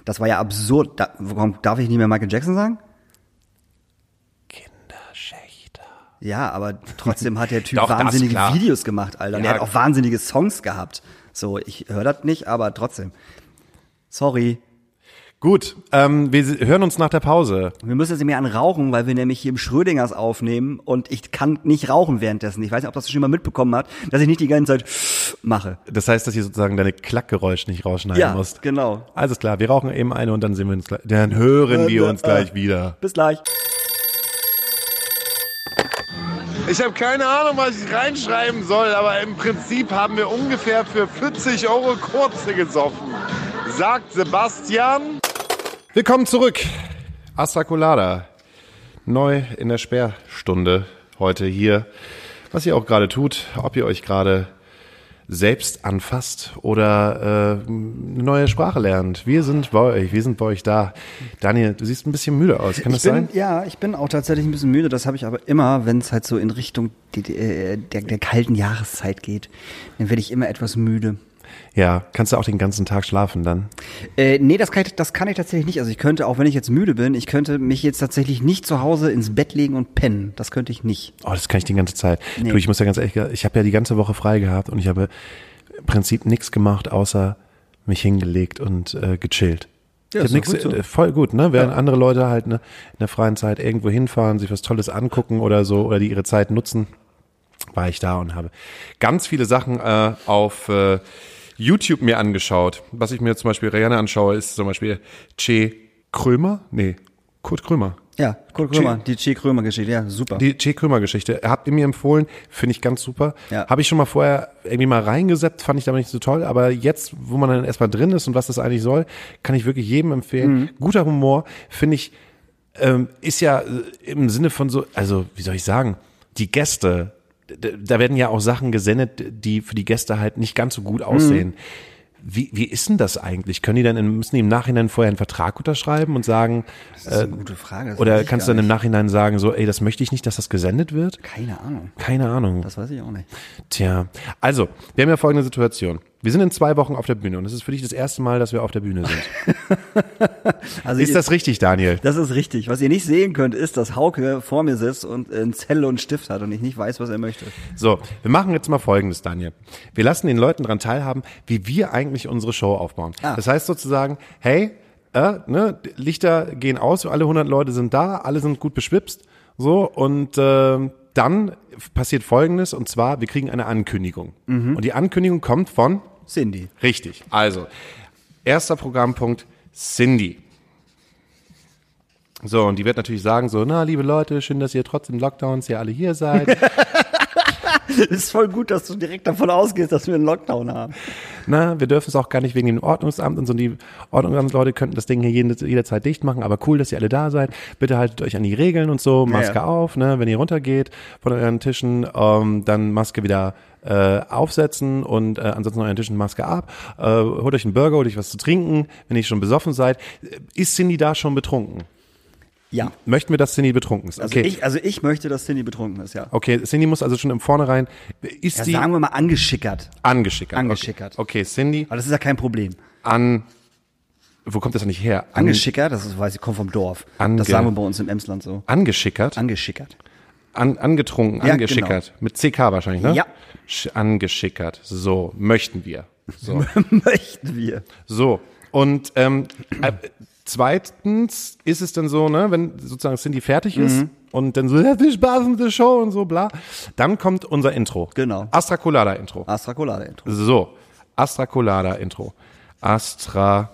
Das war ja absurd. Da, warum darf ich nicht mehr Michael Jackson sagen? Ah, Kinderschächter. Ja, aber trotzdem hat der Typ Doch, das, wahnsinnige klar. Videos gemacht, Alter. Und Ja. er hat auch wahnsinnige Songs gehabt. So, ich höre das nicht, aber trotzdem. Sorry. Gut, ähm, wir se- hören uns nach der Pause. Wir müssen jetzt mehr an Rauchen, weil wir nämlich hier im Schrödingers aufnehmen und ich kann nicht rauchen währenddessen. Ich weiß nicht, ob das schon mal mitbekommen hat, dass ich nicht die ganze Zeit mache. Das heißt, dass ihr sozusagen deine Klackgeräusche nicht rausschneiden Ja, musst. genau. Also ist klar, wir rauchen eben eine und dann sehen wir uns gleich. Dann hören wir uns gleich wieder. äh, Bis gleich. Ich habe keine Ahnung, was ich reinschreiben soll, aber im Prinzip haben wir ungefähr für 40 Euro kurze gesoffen. Sagt Sebastian. Willkommen zurück. Astra Colada. Neu in der Sperrstunde heute hier. Was ihr auch gerade tut, ob ihr euch gerade selbst anfasst oder äh, eine neue Sprache lernt. Wir sind bei euch, wir sind bei euch da. Daniel, du siehst ein bisschen müde aus, kann das Ich bin, sein? ja, ich bin auch tatsächlich ein bisschen müde. Das habe ich aber immer, wenn es halt so in Richtung die, die, äh, der, der kalten Jahreszeit geht, dann werde ich immer etwas müde. Ja, kannst du auch den ganzen Tag schlafen dann? Äh, nee, das kann, ich, das kann ich tatsächlich nicht. Also ich könnte, auch wenn ich jetzt müde bin, ich könnte mich jetzt tatsächlich nicht zu Hause ins Bett legen und pennen. Das könnte ich nicht. Oh, das kann ich die ganze Zeit. Du, ich muss ja ganz ehrlich, ich habe ja die ganze Woche frei gehabt und ich habe im Prinzip nichts gemacht, außer mich hingelegt und äh, gechillt. Ja, ich ist hab nix, doch gut so. äh, voll gut, ne? Während andere Leute halt ne, in der freien Zeit irgendwo hinfahren, sich was Tolles angucken oder so, oder die ihre Zeit nutzen, war ich da und habe ganz viele Sachen äh, auf äh, YouTube mir angeschaut. Was ich mir zum Beispiel gerne anschaue, ist zum Beispiel Che Krömer? Nee, Kurt Krömer. Ja, Kurt Krömer, die Che Krömer-Geschichte, ja, super. Die Che Krömer-Geschichte. Habt ihr mir empfohlen, finde ich ganz super. Ja. Habe ich schon mal vorher irgendwie mal reingeseppt, fand ich aber nicht so toll. Aber jetzt, wo man dann erstmal drin ist und was das eigentlich soll, kann ich wirklich jedem empfehlen. Mhm. Guter Humor, finde ich, ähm, ist ja äh, im Sinne von so, also wie soll ich sagen, die Mhm. Gäste, d- d- da werden ja auch Sachen gesendet, die für die Gäste halt nicht ganz so gut aussehen. Wie, wie ist denn das eigentlich? Können die dann in, müssen die im Nachhinein vorher einen Vertrag unterschreiben und sagen, Das ist eine gute Frage. das weiß oder ich kannst du gar dann im Also nicht. Nachhinein sagen, so, ey, das möchte ich nicht, dass das gesendet wird? Keine Ahnung. Keine Ahnung. Das weiß ich auch nicht. Tja, also, wir haben ja folgende Situation. Wir sind in zwei Wochen auf der Bühne und es ist für dich das erste Mal, dass wir auf der Bühne sind. Also Ist ihr- das richtig, Daniel? Das ist richtig. Was ihr nicht sehen könnt, ist, dass Hauke vor mir sitzt und einen Zettel und einen Stift hat und ich nicht weiß, was er möchte. So, wir machen jetzt mal Folgendes, Daniel. Wir lassen den Leuten daran teilhaben, wie wir eigentlich unsere Show aufbauen. Ah. Das heißt sozusagen, hey, äh, ne, Lichter gehen aus, alle 100 Leute sind da, alle sind gut beschwipst, so und ähm, dann passiert Folgendes und zwar, wir kriegen eine Ankündigung Mhm. und die Ankündigung kommt von Cindy. Richtig. Also, erster Programmpunkt, Cindy. So, und die wird natürlich sagen so, na, liebe Leute, schön, dass ihr trotz den Lockdowns hier alle hier seid. ist voll gut, dass du direkt davon ausgehst, dass wir einen Lockdown haben. na, Ne, wir dürfen es auch gar nicht wegen dem Ordnungsamt und so. Die Ordnungsamtsleute könnten das Ding hier jede, jederzeit dicht machen, aber cool, dass ihr alle da seid. Bitte haltet euch an die Regeln und so, Maske ja. auf, ne, wenn ihr runtergeht von euren Tischen, ähm, dann Maske wieder äh, aufsetzen und äh, ansonsten euren Tischen Maske ab. Äh, holt euch einen Burger, holt euch was zu trinken, wenn ihr schon besoffen seid. Ist Cindy da schon betrunken? Ja. Möchten wir, dass Cindy betrunken ist? Also, Okay. ich, also ich möchte, dass Cindy betrunken ist, ja. okay, Cindy muss also schon im Vornherein, ist ja sie sagen wir mal angeschickert. angeschickert? Angeschickert. Okay, okay Cindy, Aber das ist ja kein Problem. an, wo kommt das denn nicht her? An- Angeschickert, das ist, weiß ich, kommt vom Dorf. Ange- das sagen wir bei uns im Emsland so. Angeschickert? Angeschickert. An, angetrunken, Ja, genau. angeschickert. Mit CK wahrscheinlich, ne? Ja. Sch angeschickert. So, möchten wir. So. Möchten wir. so. Und ähm, äh, zweitens ist es dann so, ne, wenn sozusagen Cindy fertig Mhm. ist und dann so, ja, viel Spaß mit der Show und so, bla. Dann kommt unser Intro. Genau. Ah. Astra Colada Intro. Astra Colada Intro. So, Astra Colada Intro. Astra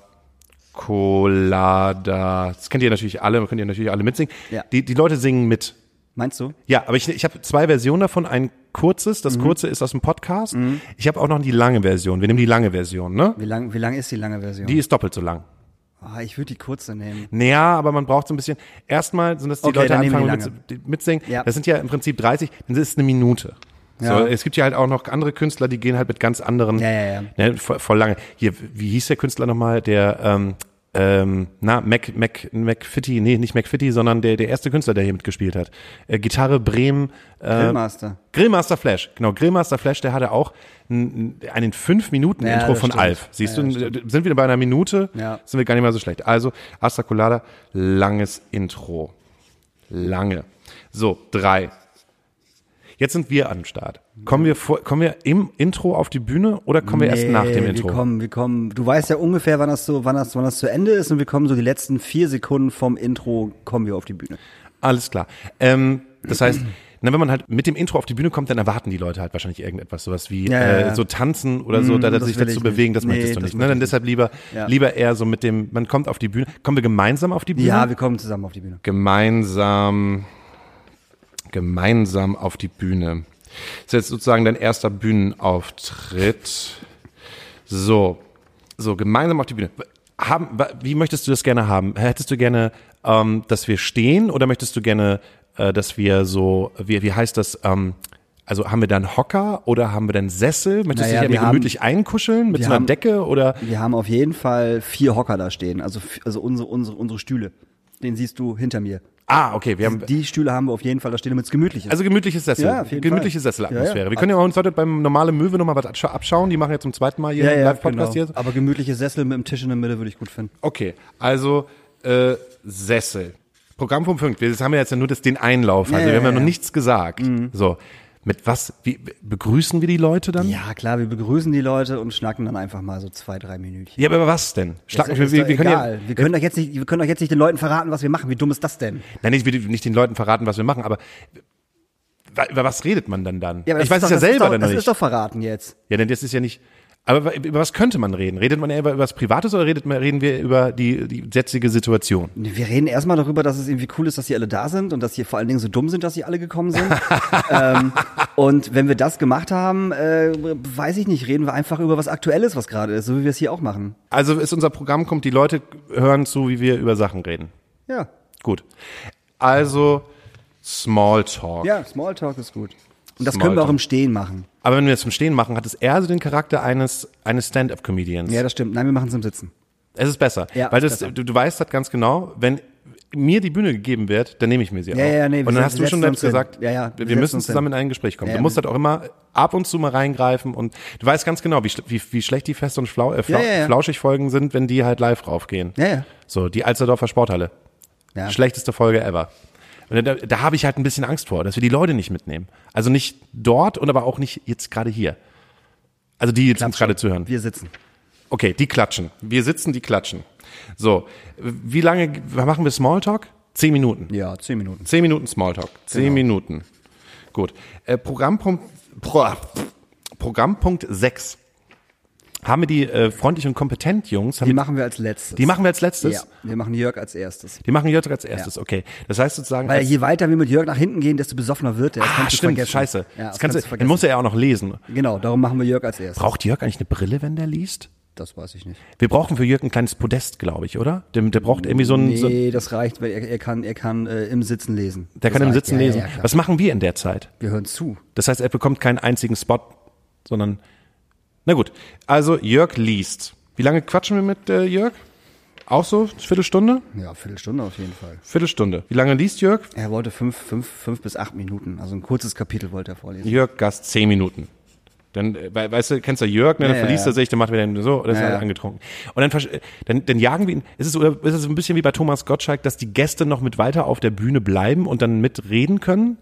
Colada. Das kennt ihr natürlich alle, könnt ihr natürlich alle mitsingen. Ja. Die, die Leute singen mit. Meinst du? Ja, aber ich, ich habe zwei Versionen davon. Ein kurzes, Mhm. das kurze ist aus dem Podcast. Ich habe auch noch die lange Version. Wir nehmen die lange Version, ne? Wie lang, wie lang ist die lange Version? Die ist doppelt so lang. ah, ich würde die kurze nehmen. Naja, aber man braucht so ein bisschen. Erstmal sind das die Okay, Leute dann nehmen wir anfangen die mit, die mitsingen. Ja. Das sind ja im Prinzip 30, dann ist es eine Minute. Ja. So, es gibt ja halt auch noch andere Künstler, die gehen halt mit ganz anderen, Ja, ja, Ne, voll, voll lange. Hier, wie hieß der Künstler nochmal? Der, ähm, ähm, na, Mac, Mac, McFitty, nee, nicht McFitty, sondern der, der erste Künstler, der hier mitgespielt hat. Äh, Gitarre Bremen, äh, Grillmaster. Grillmaster Flash, genau, Grillmaster Flash, der hatte auch einen, einen 5-Minuten-Intro Ja, das von stimmt. Alf. Siehst Ja, du, ja, sind wir bei einer Minute, Ja. sind wir gar nicht mal so schlecht. Also, Asta Colada, langes Intro. Lange. So, drei. Jetzt sind wir am Start. Kommen wir, vor, kommen wir im Intro auf die Bühne oder kommen wir erst nach dem wir Intro? Kommen, wir kommen, du weißt ja ungefähr, wann das, so, wann, das, wann das zu Ende ist und wir kommen so die letzten vier Sekunden vom Intro, kommen wir auf die Bühne. Alles klar. Ähm, das heißt, na, wenn man halt mit dem Intro auf die Bühne kommt, dann erwarten die Leute halt wahrscheinlich irgendetwas, sowas wie Ja, ja, äh, ja. Mm, so tanzen oder so, da, dass das sich will dazu ich bewegen, nicht. das Nee, möchtest du das nicht. Ne? möchte Dann ich deshalb lieber, Ja. lieber eher so mit dem, man kommt auf die Bühne. Kommen wir gemeinsam auf die Bühne? Ja, wir kommen zusammen auf die Bühne. gemeinsam, gemeinsam auf die Bühne. Das ist jetzt sozusagen dein erster Bühnenauftritt. So, so gemeinsam auf die Bühne. Haben, wa- wie möchtest du das gerne haben? Hättest du gerne, ähm, dass wir stehen oder möchtest du gerne, äh, dass wir so, wie, wie heißt das? Ähm, also haben wir dann Hocker oder haben wir dann Sessel? Möchtest Naja, du dich wir irgendwie haben- gemütlich einkuscheln mit wir so einer haben- Decke oder? Wir haben auf jeden Fall vier Hocker da stehen, also, f- also unsere, unsere, unsere Stühle. Den siehst du hinter mir. Ah, okay, wir haben Die Stühle haben wir auf jeden Fall da stehen, damit es gemütlich ist. Also gemütliches Sessel. Ja, auf jeden gemütliche Fall. Sesselatmosphäre. Ja, ja. Wir können ja uns heute beim normalen Möwe nochmal was abscha- abschauen. Die machen ja zum zweiten Mal hier einen Live-Podcast hier. genau. Aber gemütliche Sessel mit dem Tisch in der Mitte würde ich gut finden. Okay, also äh, Sessel. Programmpunkt 5. Wir das haben ja jetzt ja nur das, den Einlauf. Also Ja, wir haben ja ja, Mhm. noch ja. nichts gesagt. So, mit was, wie, begrüßen wir die Leute dann? Ja, klar, wir begrüßen die Leute und schnacken dann einfach mal so zwei, drei Minütchen. Ja, aber was denn? Schlag mich, wir, wir, wir können ja, egal. wir, können doch jetzt nicht, wir können doch jetzt nicht den Leuten verraten, was wir machen. Wie dumm ist das denn? nein, ich will nicht den Leuten verraten, was wir machen, aber wa- über was redet man dann dann? aber ich das weiß ist doch- es ja das ist selber doch, dann noch Das nicht. ist doch verraten jetzt. Ja, denn das ist ja nicht. Aber wa- über was könnte man reden? Redet man eher über über was Privates oder redet, man- reden wir über die, die jetzige Situation? Wir reden erstmal darüber, dass es irgendwie cool ist, dass sie alle da sind und dass sie vor allen Dingen so dumm sind, dass sie alle gekommen sind. ähm, und wenn wir das gemacht haben, äh, weiß ich nicht, reden wir einfach über was Aktuelles, was gerade ist, so wie wir es hier auch machen. Also ist unser Programm kommt, die Leute hören zu, wie wir über Sachen reden. Ja. Gut. Also Smalltalk. Ja, Smalltalk ist gut. Und das können wir auch im Stehen machen. Aber wenn wir es im Stehen machen, hat es eher so den Charakter eines, eines Stand-up-Comedians. Ja, das stimmt. Nein, wir machen es im Sitzen. Es ist besser. Ja, weil ist das, besser. du, du weißt halt ganz genau, wenn mir die Bühne gegeben wird, dann nehme ich mir sie Ja, auch. ja, nee, wir und dann se- hast wir du schon setzen selbst uns hin. gesagt, Ja, ja, wir, wir setzen müssen uns hin. zusammen in ein Gespräch kommen. Ja, du ja, musst wir- halt auch immer ab und zu mal reingreifen und du weißt ganz genau, wie, schl- wie, wie schlecht die Fest- und Flau äh, Flau ja, ja. flauschig Folgen sind, wenn die halt live raufgehen. Ja, ja. So, die Alsterdorfer Sporthalle. Ja. Schlechteste Folge ever. Und da, da habe ich halt ein bisschen Angst vor, dass wir die Leute nicht mitnehmen. Also nicht dort und aber auch nicht jetzt gerade hier. Also die jetzt uns gerade zuhören. Wir sitzen. Okay, die klatschen. Wir sitzen, die klatschen. So, wie lange g- machen wir Smalltalk? Zehn Minuten. Ja, zehn Minuten. Zehn Minuten Smalltalk. Zehn Genau. Minuten. Gut. Äh, Programmpunkt, Pro, Programmpunkt 6. Haben wir die äh, freundlich und kompetent Jungs? Haben Die wir, machen wir als letztes. die machen wir als letztes? Ja, wir machen Jörg als erstes. Die machen Jörg als erstes, okay. Das heißt sozusagen... Weil als, je weiter wir mit Jörg nach hinten gehen, desto besoffener wird er. Das ah, kannst du stimmt, vergessen. scheiße. Ja, das kannst du, dann muss er ja auch noch lesen. Genau, darum machen wir Jörg als erstes. Braucht Jörg eigentlich eine Brille, wenn der liest? Das weiß ich nicht. Wir brauchen für Jörg ein kleines Podest, glaube ich, oder? Der, der braucht irgendwie so ein... so, Nee, das reicht, weil er, er kann, er kann äh, im Sitzen lesen. Der das kann im reicht. Sitzen Also, ja, lesen. Ja, ja, klar. Was machen wir in der Zeit? wir hören zu. Das heißt, er bekommt keinen einzigen Spot, sondern. Na gut. Also, Jörg liest. Wie lange quatschen wir mit äh, Jörg? Auch so? Viertelstunde? Ja, Viertelstunde auf jeden Fall. Viertelstunde. Wie lange liest Jörg? Er wollte fünf, fünf, fünf bis acht Minuten. Also ein kurzes Kapitel wollte er vorlesen. Jörg Gast zehn Minuten. Dann, äh, we- weißt du, kennst du Jörg, ne? dann Ja, ja, verliest ja. er sich, dann macht er dann so, das ist Ja, er ja. angetrunken. Und dann, versch- äh, dann, dann jagen wir ihn. Ist es, oder ist es ein bisschen wie bei Thomas Gottschalk, dass die Gäste noch mit weiter auf der Bühne bleiben und dann mitreden können?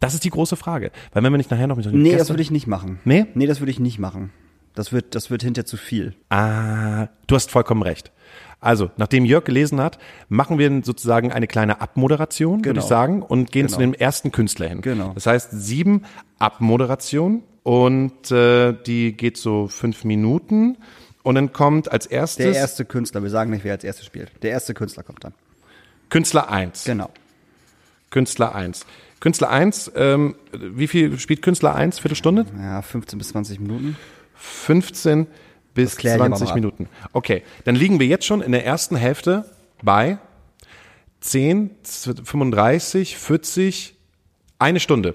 Das ist die große Frage. Weil wenn wir nicht nachher noch mit den Nee, das Gästen- würde ich nicht machen. Nee? Nee, das würde ich nicht machen. Das wird, das wird hinterher zu viel. Ah, du hast vollkommen recht. Also, nachdem Jörg gelesen hat, machen wir sozusagen eine kleine Abmoderation, würde Genau. ich sagen, und gehen zu dem ersten Künstler hin. Genau. Das heißt, sieben Abmoderation und äh, die geht so fünf Minuten und dann kommt als erstes Der erste Künstler, wir sagen nicht, wer als erstes spielt. Der erste Künstler kommt dann. Künstler eins. Genau. Künstler eins. Künstler eins. ähm, wie viel spielt Künstler eins? Viertelstunde? Ja, 15 bis 20 Minuten. 15 bis klären wir aber 20 ab. Minuten. Okay, dann liegen wir jetzt schon in der ersten Hälfte bei 10, 35, 40, eine Stunde.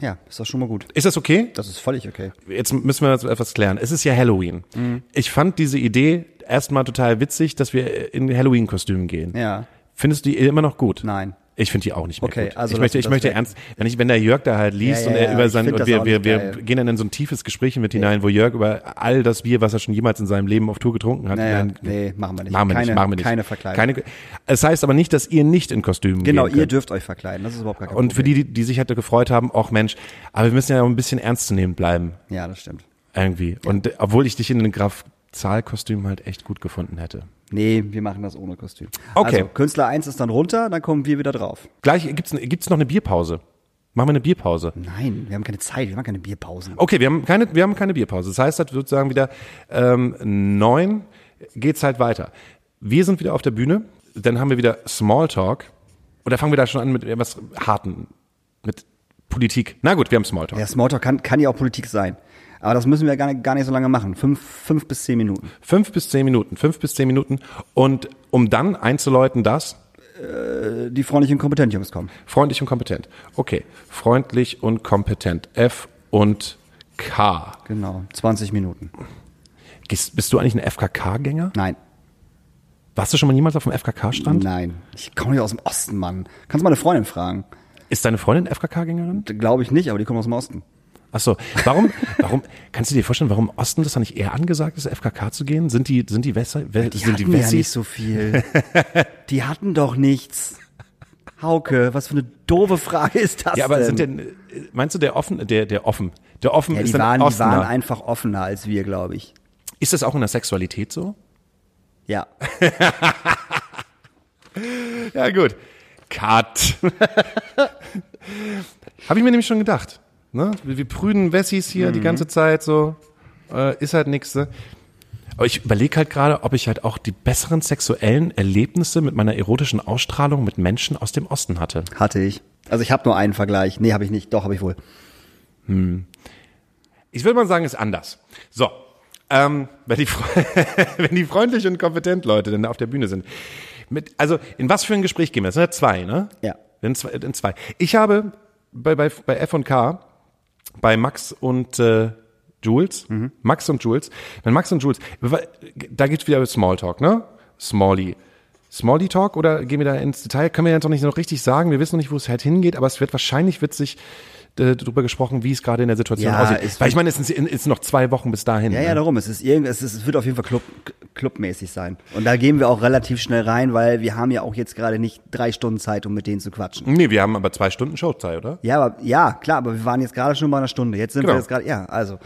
Ja, ist doch schon mal gut. Ist das okay? Das ist völlig okay. Jetzt müssen wir jetzt etwas klären. Es ist ja Halloween. Mhm. Ich fand diese Idee erstmal total witzig, dass wir in Halloween-Kostümen gehen. Ja. Findest du die immer noch gut? Nein. Ich finde die auch nicht mehr Okay, gut. also ich lass uns möchte, ich das möchte weg. ernst, wenn, ich, wenn der Jörg da halt liest Ja, ja, und er ja, über ich sein, find und das wir, auch wir, nicht wir geil. gehen dann in so ein tiefes Gespräch mit hinein, wo Jörg über all das Bier, was er schon jemals in seinem Leben auf Tour getrunken hat, Naja, dann- nee, machen wir nicht. Machen wir keine, nicht, machen wir nicht. Keine Verkleidung. Keine, es heißt aber nicht, dass ihr nicht in Kostümen genau, gehen ihr könnt. dürft euch verkleiden. Das ist überhaupt gar kein Und für Problem. die, die, die sich hätte gefreut haben, auch Mensch, aber wir müssen ja auch ein bisschen ernstzunehmend bleiben, Ja, das stimmt. irgendwie. Und äh, obwohl ich dich in einem Graf Zahl-Kostüm halt echt gut gefunden hätte. Nee, wir machen das ohne Kostüm. Okay. Also, Künstler 1 ist dann runter, dann kommen wir wieder drauf. Gleich gibt's, ne- gibt's noch eine Bierpause. Machen wir eine Bierpause. Nein, wir haben keine Zeit, wir machen keine Bierpausen. Okay, wir haben keine, wir haben keine Bierpause. Das heißt, das wird sozusagen wieder ähm, neun geht's halt weiter. Wir sind wieder auf der Bühne, dann haben wir wieder Smalltalk. Oder fangen wir da schon an mit etwas Harten, mit Politik. Na gut, wir haben Smalltalk. Ja, Smalltalk kann, kann ja auch Politik sein. Aber das müssen wir gar nicht, gar nicht so lange machen. Fünf, fünf bis zehn Minuten. Fünf bis zehn Minuten, fünf bis zehn Minuten. Und um dann einzuläuten, das Äh, Die freundlich und kompetent Jungs kommen. freundlich und kompetent. Okay, freundlich und kompetent. F und K. Genau, 20 Minuten. Gehst- Bist du eigentlich ein FKK-Gänger? Nein, Warst du schon mal jemals auf dem FKK-Strand? nein. Ich komme ja aus dem Osten, Mann. Kannst du meine Freundin fragen? Ist deine Freundin FKK-Gängerin? Glaube ich nicht, aber die kommen aus dem Osten. Ach so, warum, warum, kannst du dir vorstellen, warum im Osten das da nicht eher angesagt ist, FKK zu gehen? Sind die, sind die Wessi, We- Die sind hatten die ja nicht Wessis? so viel. Die hatten doch nichts. Hauke, was für eine doofe Frage ist das ja, aber denn? sind denn, äh, meinst du der offen, der, der offen, der offen ja, ist die, dann waren, die Ostener. waren einfach offener als wir, glaube ich. Ist das auch in der Sexualität so? Ja. Ja, gut. Cut. Habe ich mir nämlich schon gedacht. Ne? Wir wir prüden Wessis hier Mhm. die ganze Zeit so. Äh, ist halt nix. Ne? Aber ich überlege halt gerade, ob ich halt auch die besseren sexuellen Erlebnisse mit meiner erotischen Ausstrahlung mit Menschen aus dem Osten hatte. Hatte ich. Also ich habe nur einen Vergleich. Nee, habe ich nicht. Doch, habe ich wohl. Ich würde mal sagen, ist anders. So, ähm, wenn, die, Fre- wenn die freundlich und kompetent Leute denn auf der Bühne sind. Mit, also, in was für ein Gespräch gehen wir? Das sind ja zwei, ne? Ja. In zwei. In zwei. Ich habe bei, bei, bei F und K bei Max und äh, Jules. Mhm. Max und Jules. Wenn Max und Jules, da geht's wieder über Smalltalk, ne? Smally. Smally Talk oder gehen wir da ins Detail? Können wir jetzt noch nicht noch richtig sagen. Wir wissen noch nicht, wo es halt hingeht, aber es wird wahrscheinlich witzig äh, darüber gesprochen, wie es gerade in der Situation Ja, aussieht. es Weil wird- ich meine, es sind es sind noch zwei Wochen bis dahin. Ja, ne? ja, darum. Es ist irgend, es, ist, es wird auf jeden Fall club, clubmäßig sein. Und da gehen wir auch relativ schnell rein, weil wir haben ja auch jetzt gerade nicht drei Stunden Zeit, um mit denen zu quatschen. Nee, wir haben aber zwei Stunden Showzeit, oder? Ja, aber ja, klar, aber wir waren jetzt gerade schon bei einer Stunde. Jetzt sind Genau. wir jetzt gerade, ja, also.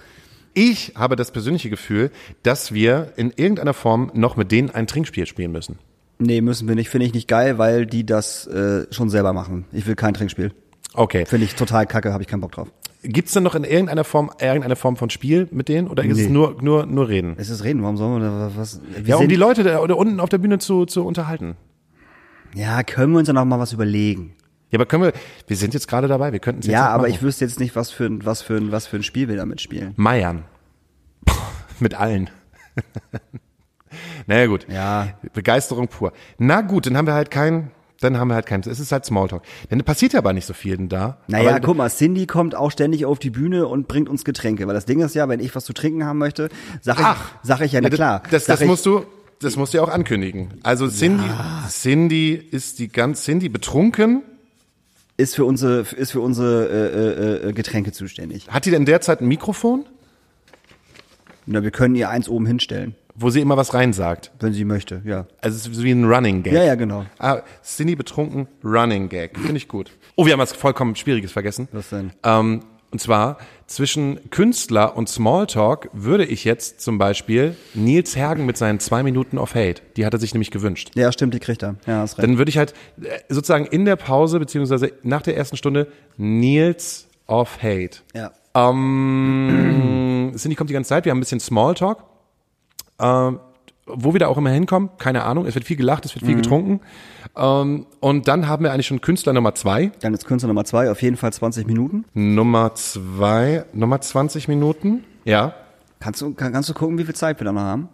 Ich habe das persönliche Gefühl, dass wir in irgendeiner Form noch mit denen ein Trinkspiel spielen müssen. Nee, müssen wir nicht, finde ich nicht geil, weil die das äh, schon selber machen. Ich will kein Trinkspiel. Okay. Finde ich total kacke, habe ich keinen Bock drauf. Gibt's denn noch in irgendeiner Form, irgendeine Form von Spiel mit denen oder ist es Nee. nur, nur, nur Reden? Es ist reden, warum sollen wir da was? wir ja, um sind- die Leute da oder unten auf der Bühne zu, zu unterhalten. ja, können wir uns ja noch mal was überlegen. Ja, aber können wir, wir sind jetzt gerade dabei, wir könnten es Ja, jetzt aber ich wüsste jetzt nicht, was für ein, was für ein, was für ein Spiel wir damit spielen. Meiern. mit allen. naja, gut. Ja. Begeisterung pur. Na gut, dann haben wir halt kein, dann haben wir halt kein, es ist halt Smalltalk. Dann passiert ja aber nicht so viel denn da. Naja, aber, guck mal, Cindy kommt auch ständig auf die Bühne und bringt uns Getränke. Weil das Ding ist ja, wenn ich was zu trinken haben möchte, sag ich, Ach, sag ich ja, na das- klar. Das, sag das ich, musst du, das musst du ja auch ankündigen. Also Cindy, Cindy ist die ganz, Cindy betrunken. ist für unsere, ist für unsere äh, äh, äh, Getränke zuständig. Hat die denn derzeit ein Mikrofon, Na, wir können ihr eins oben hinstellen, wo sie immer was reinsagt? wenn sie möchte, ja. Also es ist wie ein Running Gag. Ja, ja, genau. Ah, Cindy betrunken, Running Gag. Finde ich gut. Oh, wir haben was vollkommen Schwieriges vergessen. Was denn? Ähm, und zwar zwischen Künstler und Smalltalk würde ich jetzt zum Beispiel Nils Hergen mit seinen zwei Minuten of Hate, die hat er sich nämlich gewünscht. Ja, stimmt, die kriegt er. Ja, hast recht. Dann würde ich halt äh, sozusagen in der Pause, beziehungsweise nach der ersten Stunde, Nils of Hate. ja. Ähm, Cindy kommt die ganze Zeit, wir haben ein bisschen Smalltalk. Ähm, wo wir da auch immer hinkommen, keine Ahnung. Es wird viel gelacht, es wird viel getrunken. Ähm, und dann haben wir eigentlich schon Künstler Nummer zwei. Dann ist Künstler Nummer zwei, auf jeden Fall 20 Minuten. Hm. Nummer zwei, Nummer 20 Minuten. Ja. Kannst du, kann, kannst du gucken, wie viel Zeit wir da noch haben?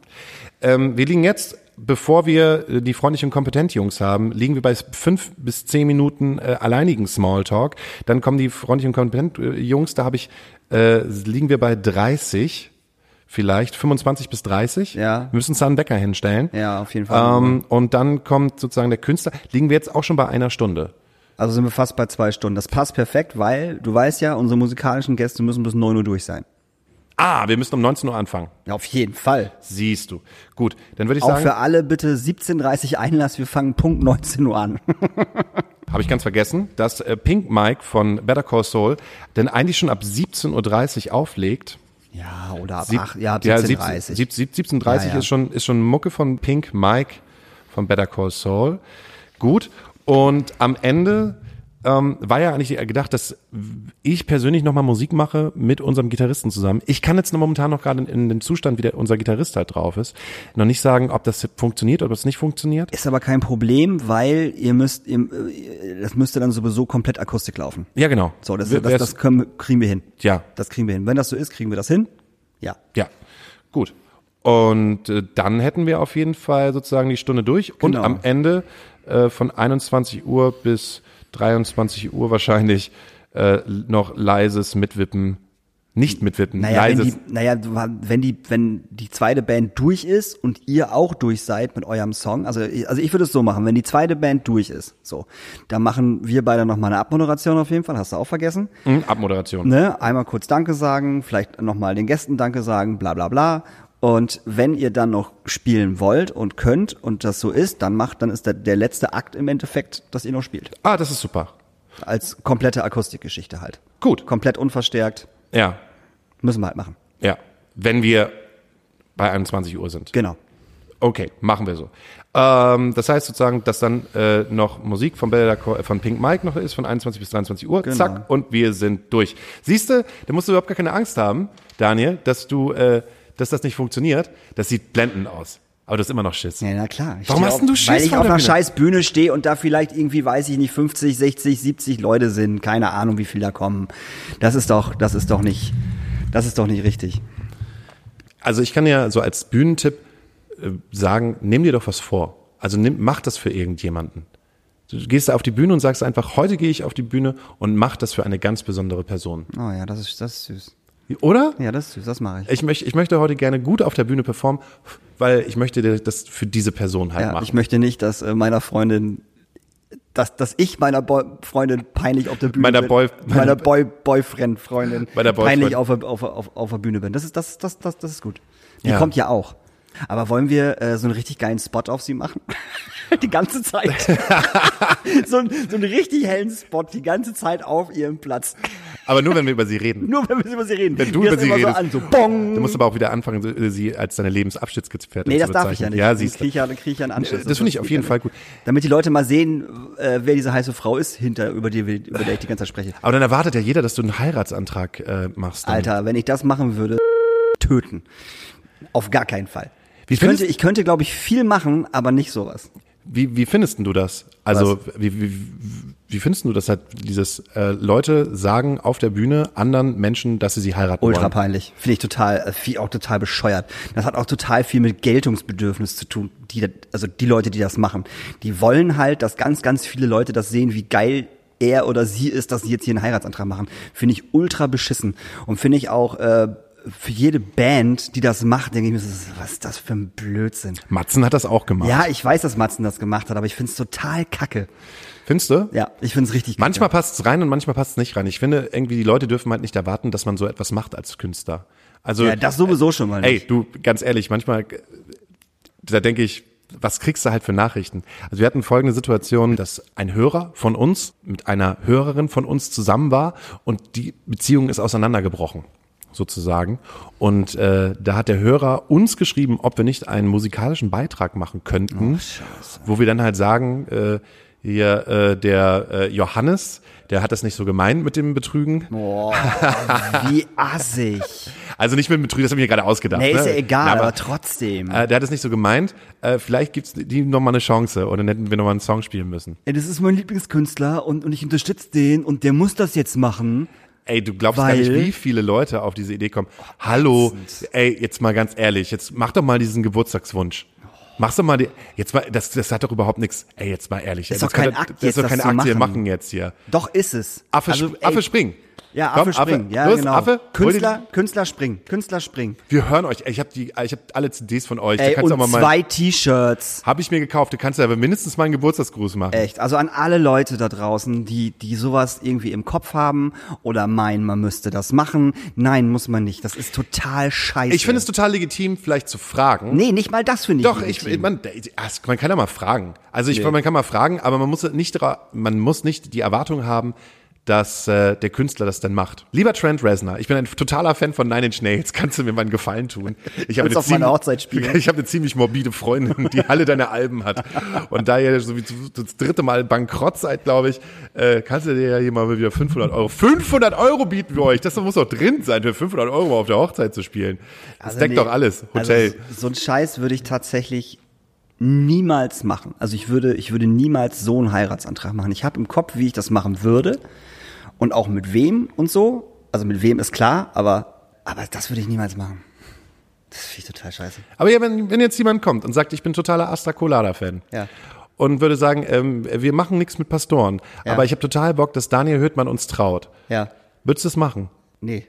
Ähm, wir liegen jetzt, bevor wir äh, die freundlich und kompetent Jungs haben, liegen wir bei fünf bis zehn Minuten äh, alleinigen Smalltalk. Dann kommen die freundlich und kompetent äh, Jungs, da habe ich, äh, liegen wir bei 30 vielleicht, 25 bis 30. Ja. Wir müssen uns da einen Wecker hinstellen. Ja, auf jeden Fall. Ähm, und dann kommt sozusagen der Künstler. Liegen wir jetzt auch schon bei einer Stunde. Also sind wir fast bei zwei Stunden. Das passt perfekt, weil du weißt ja, unsere musikalischen Gäste müssen bis 9 Uhr durch sein. Ah, wir müssen um 19 Uhr anfangen. Ja, auf jeden Fall. Siehst du. Gut, dann würde ich Auch sagen, für alle bitte 17.30 Einlass, wir fangen Punkt 19 Uhr an. habe ich ganz vergessen, dass äh, Pink Mike von Better Call Saul denn eigentlich schon ab 17.30 Uhr auflegt. Ja, oder ab Sieb- 8, ja, ab ja, 17.30 sieb- sieb- 17.30 Ja, ja. ist schon ist schon Mucke von Pink Mike von Better Call Saul. Gut. Und am Ende ähm, war ja eigentlich gedacht, dass ich persönlich nochmal Musik mache mit unserem Gitarristen zusammen. Ich kann jetzt noch momentan noch gerade in, in dem Zustand, wie der, unser Gitarrist halt drauf ist, noch nicht sagen, ob das funktioniert oder ob es nicht funktioniert. Ist aber kein Problem, weil ihr müsst, ihr, äh, das müsste dann sowieso komplett Akustik laufen. Ja, genau. So, das, Wer- das, wer das, ist- können, kriegen wir hin. Ja. Das kriegen wir hin. Wenn das so ist, kriegen wir das hin. Ja. Ja, gut. Und äh, dann hätten wir auf jeden Fall sozusagen die Stunde durch. Und Genau. am Ende äh, von 21 Uhr bis 23 Uhr wahrscheinlich äh, noch leises Mitwippen. Nicht mitwippen, Naja, wenn leises. die, naja, du- wenn die, wenn die zweite Band durch ist und ihr auch durch seid mit eurem Song, also, ich- also ich würde es so machen, wenn die zweite Band durch ist, so, dann machen wir beide nochmal eine Abmoderation auf jeden Fall, hast du auch vergessen. Hm, Abmoderation. ne, einmal kurz Danke sagen, vielleicht nochmal den Gästen Danke sagen, bla bla bla. Und wenn ihr dann noch spielen wollt und könnt und das so ist, dann macht, dann ist der, der letzte Akt im Endeffekt, dass ihr noch spielt. Ah, das ist super. Als komplette Akustikgeschichte halt. Gut. Komplett unverstärkt. Ja, Müssen wir halt machen. ja. Wenn wir bei 21 Uhr sind. Genau. Okay, machen wir so. Ähm, das heißt sozusagen, dass dann äh, noch Musik von, Bella, Cor- äh, von Pink Mike noch ist, von 21 bis 23 Uhr. Genau. Zack, und wir sind durch. Siehst du, da musst du überhaupt gar keine Angst haben, Daniel, dass du, äh, dass das nicht funktioniert. Das sieht blendend aus. Aber du hast immer noch Schiss. Ja, na klar. Ich Warum steh hast auf- denn du Schiss Weil ich vor auf der einer Bühne? scheiß Bühne stehe und da vielleicht irgendwie, weiß ich nicht, 50, 60, 70 Leute sind. Keine Ahnung, wie viel da kommen. Das ist doch, das ist doch nicht, das ist doch nicht richtig. Also ich kann ja so als Bühnentipp äh, sagen, nimm dir doch was vor. Also nimm, mach das für irgendjemanden. Du gehst da auf die Bühne und sagst einfach, heute gehe ich auf die Bühne und mach das für eine ganz besondere Person. Oh ja, das ist, das ist süß. Oder? Ja, das ist süß, das mache ich. Ich, möchte, ich möchte heute gerne gut auf der Bühne performen, weil ich möchte dir das für diese Person halt Ja, machen. ich möchte nicht, dass äh, meiner Freundin, dass, dass ich meiner Boy Freundin peinlich auf der Bühne Meiner bin. Boy- meiner Boy Boyfriend Freundin Meiner Boyfriend. peinlich auf, der- auf, auf, auf der Bühne bin. Das ist das das das das ist gut. Die Ja. kommt ja auch. Aber wollen wir äh, so einen richtig geilen Spot auf sie machen? die ganze Zeit. so, einen- so einen richtig hellen Spot die ganze Zeit auf ihrem Platz. Aber nur, wenn wir über sie reden. Nur wenn wir über sie reden. Wenn du Wir über sind sie immer redest, So an, so bong. dann musst du aber auch wieder anfangen, so- äh, sie als deine Lebensabschnittsgefährtin Nee, zu das darf ich ja bezeichnen. nicht. Ja, Dann siehst krieg du. ich ja, dann krieg ich ja einen Anschluss. Das finde ich auf jeden geht ja Fall nicht. gut. Damit die Leute mal sehen, äh, wer diese heiße Frau ist, hinter, über die, über der ich die ganze Zeit spreche. Aber dann erwartet ja jeder, dass du einen Heiratsantrag äh, machst. dann. Alter, wenn ich das machen würde, töten. Auf gar keinen Fall. Wie ich könnte, findest- ich könnte, glaube ich, viel machen, aber nicht sowas. Wie, wie findest denn du das? Also, wie, wie, wie findest du das halt, dieses äh, Leute sagen auf der Bühne anderen Menschen, dass sie sie heiraten Ultra wollen? peinlich. Finde ich total, äh, viel, auch total bescheuert. Das hat auch total viel mit Geltungsbedürfnis zu tun. Die, da- also die Leute, die das machen. Die wollen halt, dass ganz, ganz viele Leute das sehen, wie geil er oder sie ist, dass sie jetzt hier einen Heiratsantrag machen. Finde ich ultra beschissen. Und finde ich auch, äh, für jede Band, die das macht, denke ich mir, so, was ist das für ein Blödsinn? Matzen hat das auch gemacht. Ja, ich weiß, dass Matzen das gemacht hat, aber ich finde es total kacke. Findest du? Ja, ich finde es richtig kacke. Manchmal passt's rein und manchmal passt's nicht rein. Ich finde, irgendwie die Leute dürfen halt nicht erwarten, dass man so etwas macht als Künstler. Also, Ja, das sowieso schon mal Ey, nicht. du, ganz ehrlich, manchmal, äh, da denke ich, was kriegst du halt für Nachrichten? Also wir hatten folgende Situation, dass ein Hörer von uns mit einer Hörerin von uns zusammen war und die Beziehung ist auseinandergebrochen, sozusagen. Und äh, da hat der Hörer uns geschrieben, ob wir nicht einen musikalischen Beitrag machen könnten, wo wir dann halt sagen, äh, hier, äh, der äh, Johannes, der hat das nicht so gemeint mit dem Betrügen. Oh. Boah, wie assig. Also nicht mit dem Betrügen, das habe ich mir gerade ausgedacht. Nee, ne? ist ja egal, Na, aber, trotzdem. Äh, der hat es nicht so gemeint. Äh, vielleicht gibt's die die noch mal eine Chance und dann hätten wir noch mal einen Song spielen müssen. Ey, das ist mein Lieblingskünstler und, und ich unterstütze den und der muss das jetzt machen. Ey, du glaubst Weil- Oh, gar nicht, wie viele Leute auf diese Idee kommen. Hallo, ey, jetzt mal ganz ehrlich, jetzt mach doch mal diesen Geburtstagswunsch. Machst du mal die, jetzt mal, das, das hat doch überhaupt nichts. Ey, jetzt mal ehrlich. Ist ey, doch kein kann- Akt das jetzt, ist doch das keine zu Aktie machen. machen. jetzt hier. Doch ist es. Affe, Also, sp- ey, Affe spring. Ja, Komm, Affe springen. Ja, los, genau. Affe, hol dir die- Künstler, Künstler springen. Künstler springen. Wir hören euch. Ey, ich habe die, ich habe alle CDs von euch. Ey, du kannst doch und mal mal, zwei T-Shirts. habe ich mir gekauft. Du kannst ja aber mindestens mal einen Geburtstagsgruß machen. Echt. Also an alle Leute da draußen, die, die sowas irgendwie im Kopf haben oder meinen, man müsste das machen. Nein, muss man nicht. Das ist total scheiße. Ich finde es total legitim, vielleicht zu fragen. Nee, nicht mal das finde ich. Doch, ich, legitim. man, ah, man kann ja mal fragen. Also ich, man kann mal fragen, aber man muss nicht, dra- man muss nicht die Erwartung haben, dass äh, der Künstler das dann macht. Lieber Trent Reznor, ich bin ein totaler Fan von Nine Inch Nails. Kannst du mir mal einen Gefallen tun? Ich habe Kannst auf meiner Hochzeit spielen. Ich habe eine ziemlich morbide Freundin, die alle deine Alben hat. Und da ihr so wie zu- das dritte Mal bankrott seid, glaube ich, äh, kannst du dir ja hier mal wieder 500 Euro. 500 Euro bieten wir euch. Das muss doch drin sein, für 500 Euro auf der Hochzeit zu spielen. Das Also deckt nee. doch alles. Hotel. Also, so- so ein Scheiß würde ich tatsächlich niemals machen. Also ich würde, ich würde niemals so einen Heiratsantrag machen. Ich habe im Kopf, wie ich das machen würde und auch mit wem und so. Also mit wem ist klar, aber, aber das würde ich niemals machen. Das finde ich total scheiße. Aber ja, wenn, wenn jetzt jemand kommt und sagt, ich bin totaler Astra Colada-Fan. Ja. Und würde sagen, ähm, wir machen nichts mit Pastoren. Ja. Aber ich habe total Bock, dass Daniel Hürtmann uns traut. Ja. Würdest du es machen? Nee.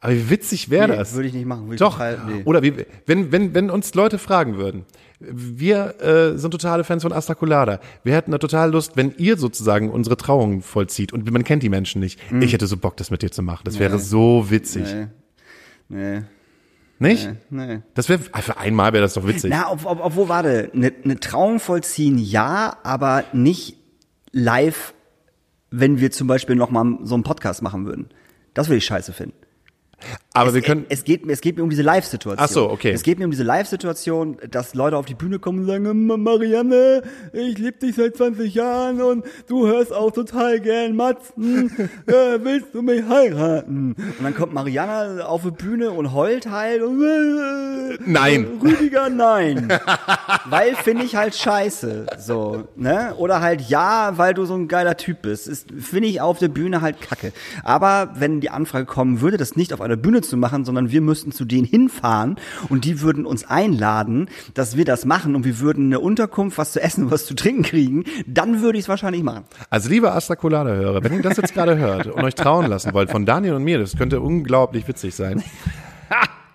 Aber wie witzig wäre Nee, das? würde ich nicht machen, würde ich Doch. total- nee. Oder wie, wenn, wenn, wenn uns Leute fragen würden, wir äh, sind totale Fans von Astra Colada. Wir hätten da total Lust, wenn ihr sozusagen unsere Trauung vollzieht und man kennt die Menschen nicht. Mhm. Ich hätte so Bock, das mit dir zu machen. Das wäre so witzig. Nee. Nicht? Nee. Das wäre, für einmal wäre das doch witzig. Na, ob, ob, ob wo warte? Eine ne Trauung vollziehen, ja, aber nicht live, wenn wir zum Beispiel nochmal so einen Podcast machen würden. Das würde ich scheiße finden. Aber es, e- wir können, es, geht, mir- es geht mir um diese Live-Situation. Ach so, okay. Es geht mir um diese Live-Situation, dass Leute auf die Bühne kommen und sagen, "Ma- Marianne, ich liebe dich seit 20 Jahren und du hörst auch total gern Matzen. äh, willst du mich heiraten? Und dann kommt Marianne auf die Bühne und heult halt. Und, äh, Nein. Rüdiger, nein. weil finde ich halt scheiße. So, ne? Oder halt ja, weil du so ein geiler Typ bist. Ist- Finde ich auf der Bühne halt kacke. Aber wenn die Anfrage kommen würde, das nicht auf eine der Bühne zu machen, sondern wir müssten zu denen hinfahren und die würden uns einladen, dass wir das machen und wir würden eine Unterkunft, was zu essen, und was zu trinken kriegen. Dann würde ich es wahrscheinlich machen. Also liebe Asta Colada Hörer, wenn ihr das jetzt gerade hört und euch trauen lassen wollt von Daniel und mir, das könnte unglaublich witzig sein.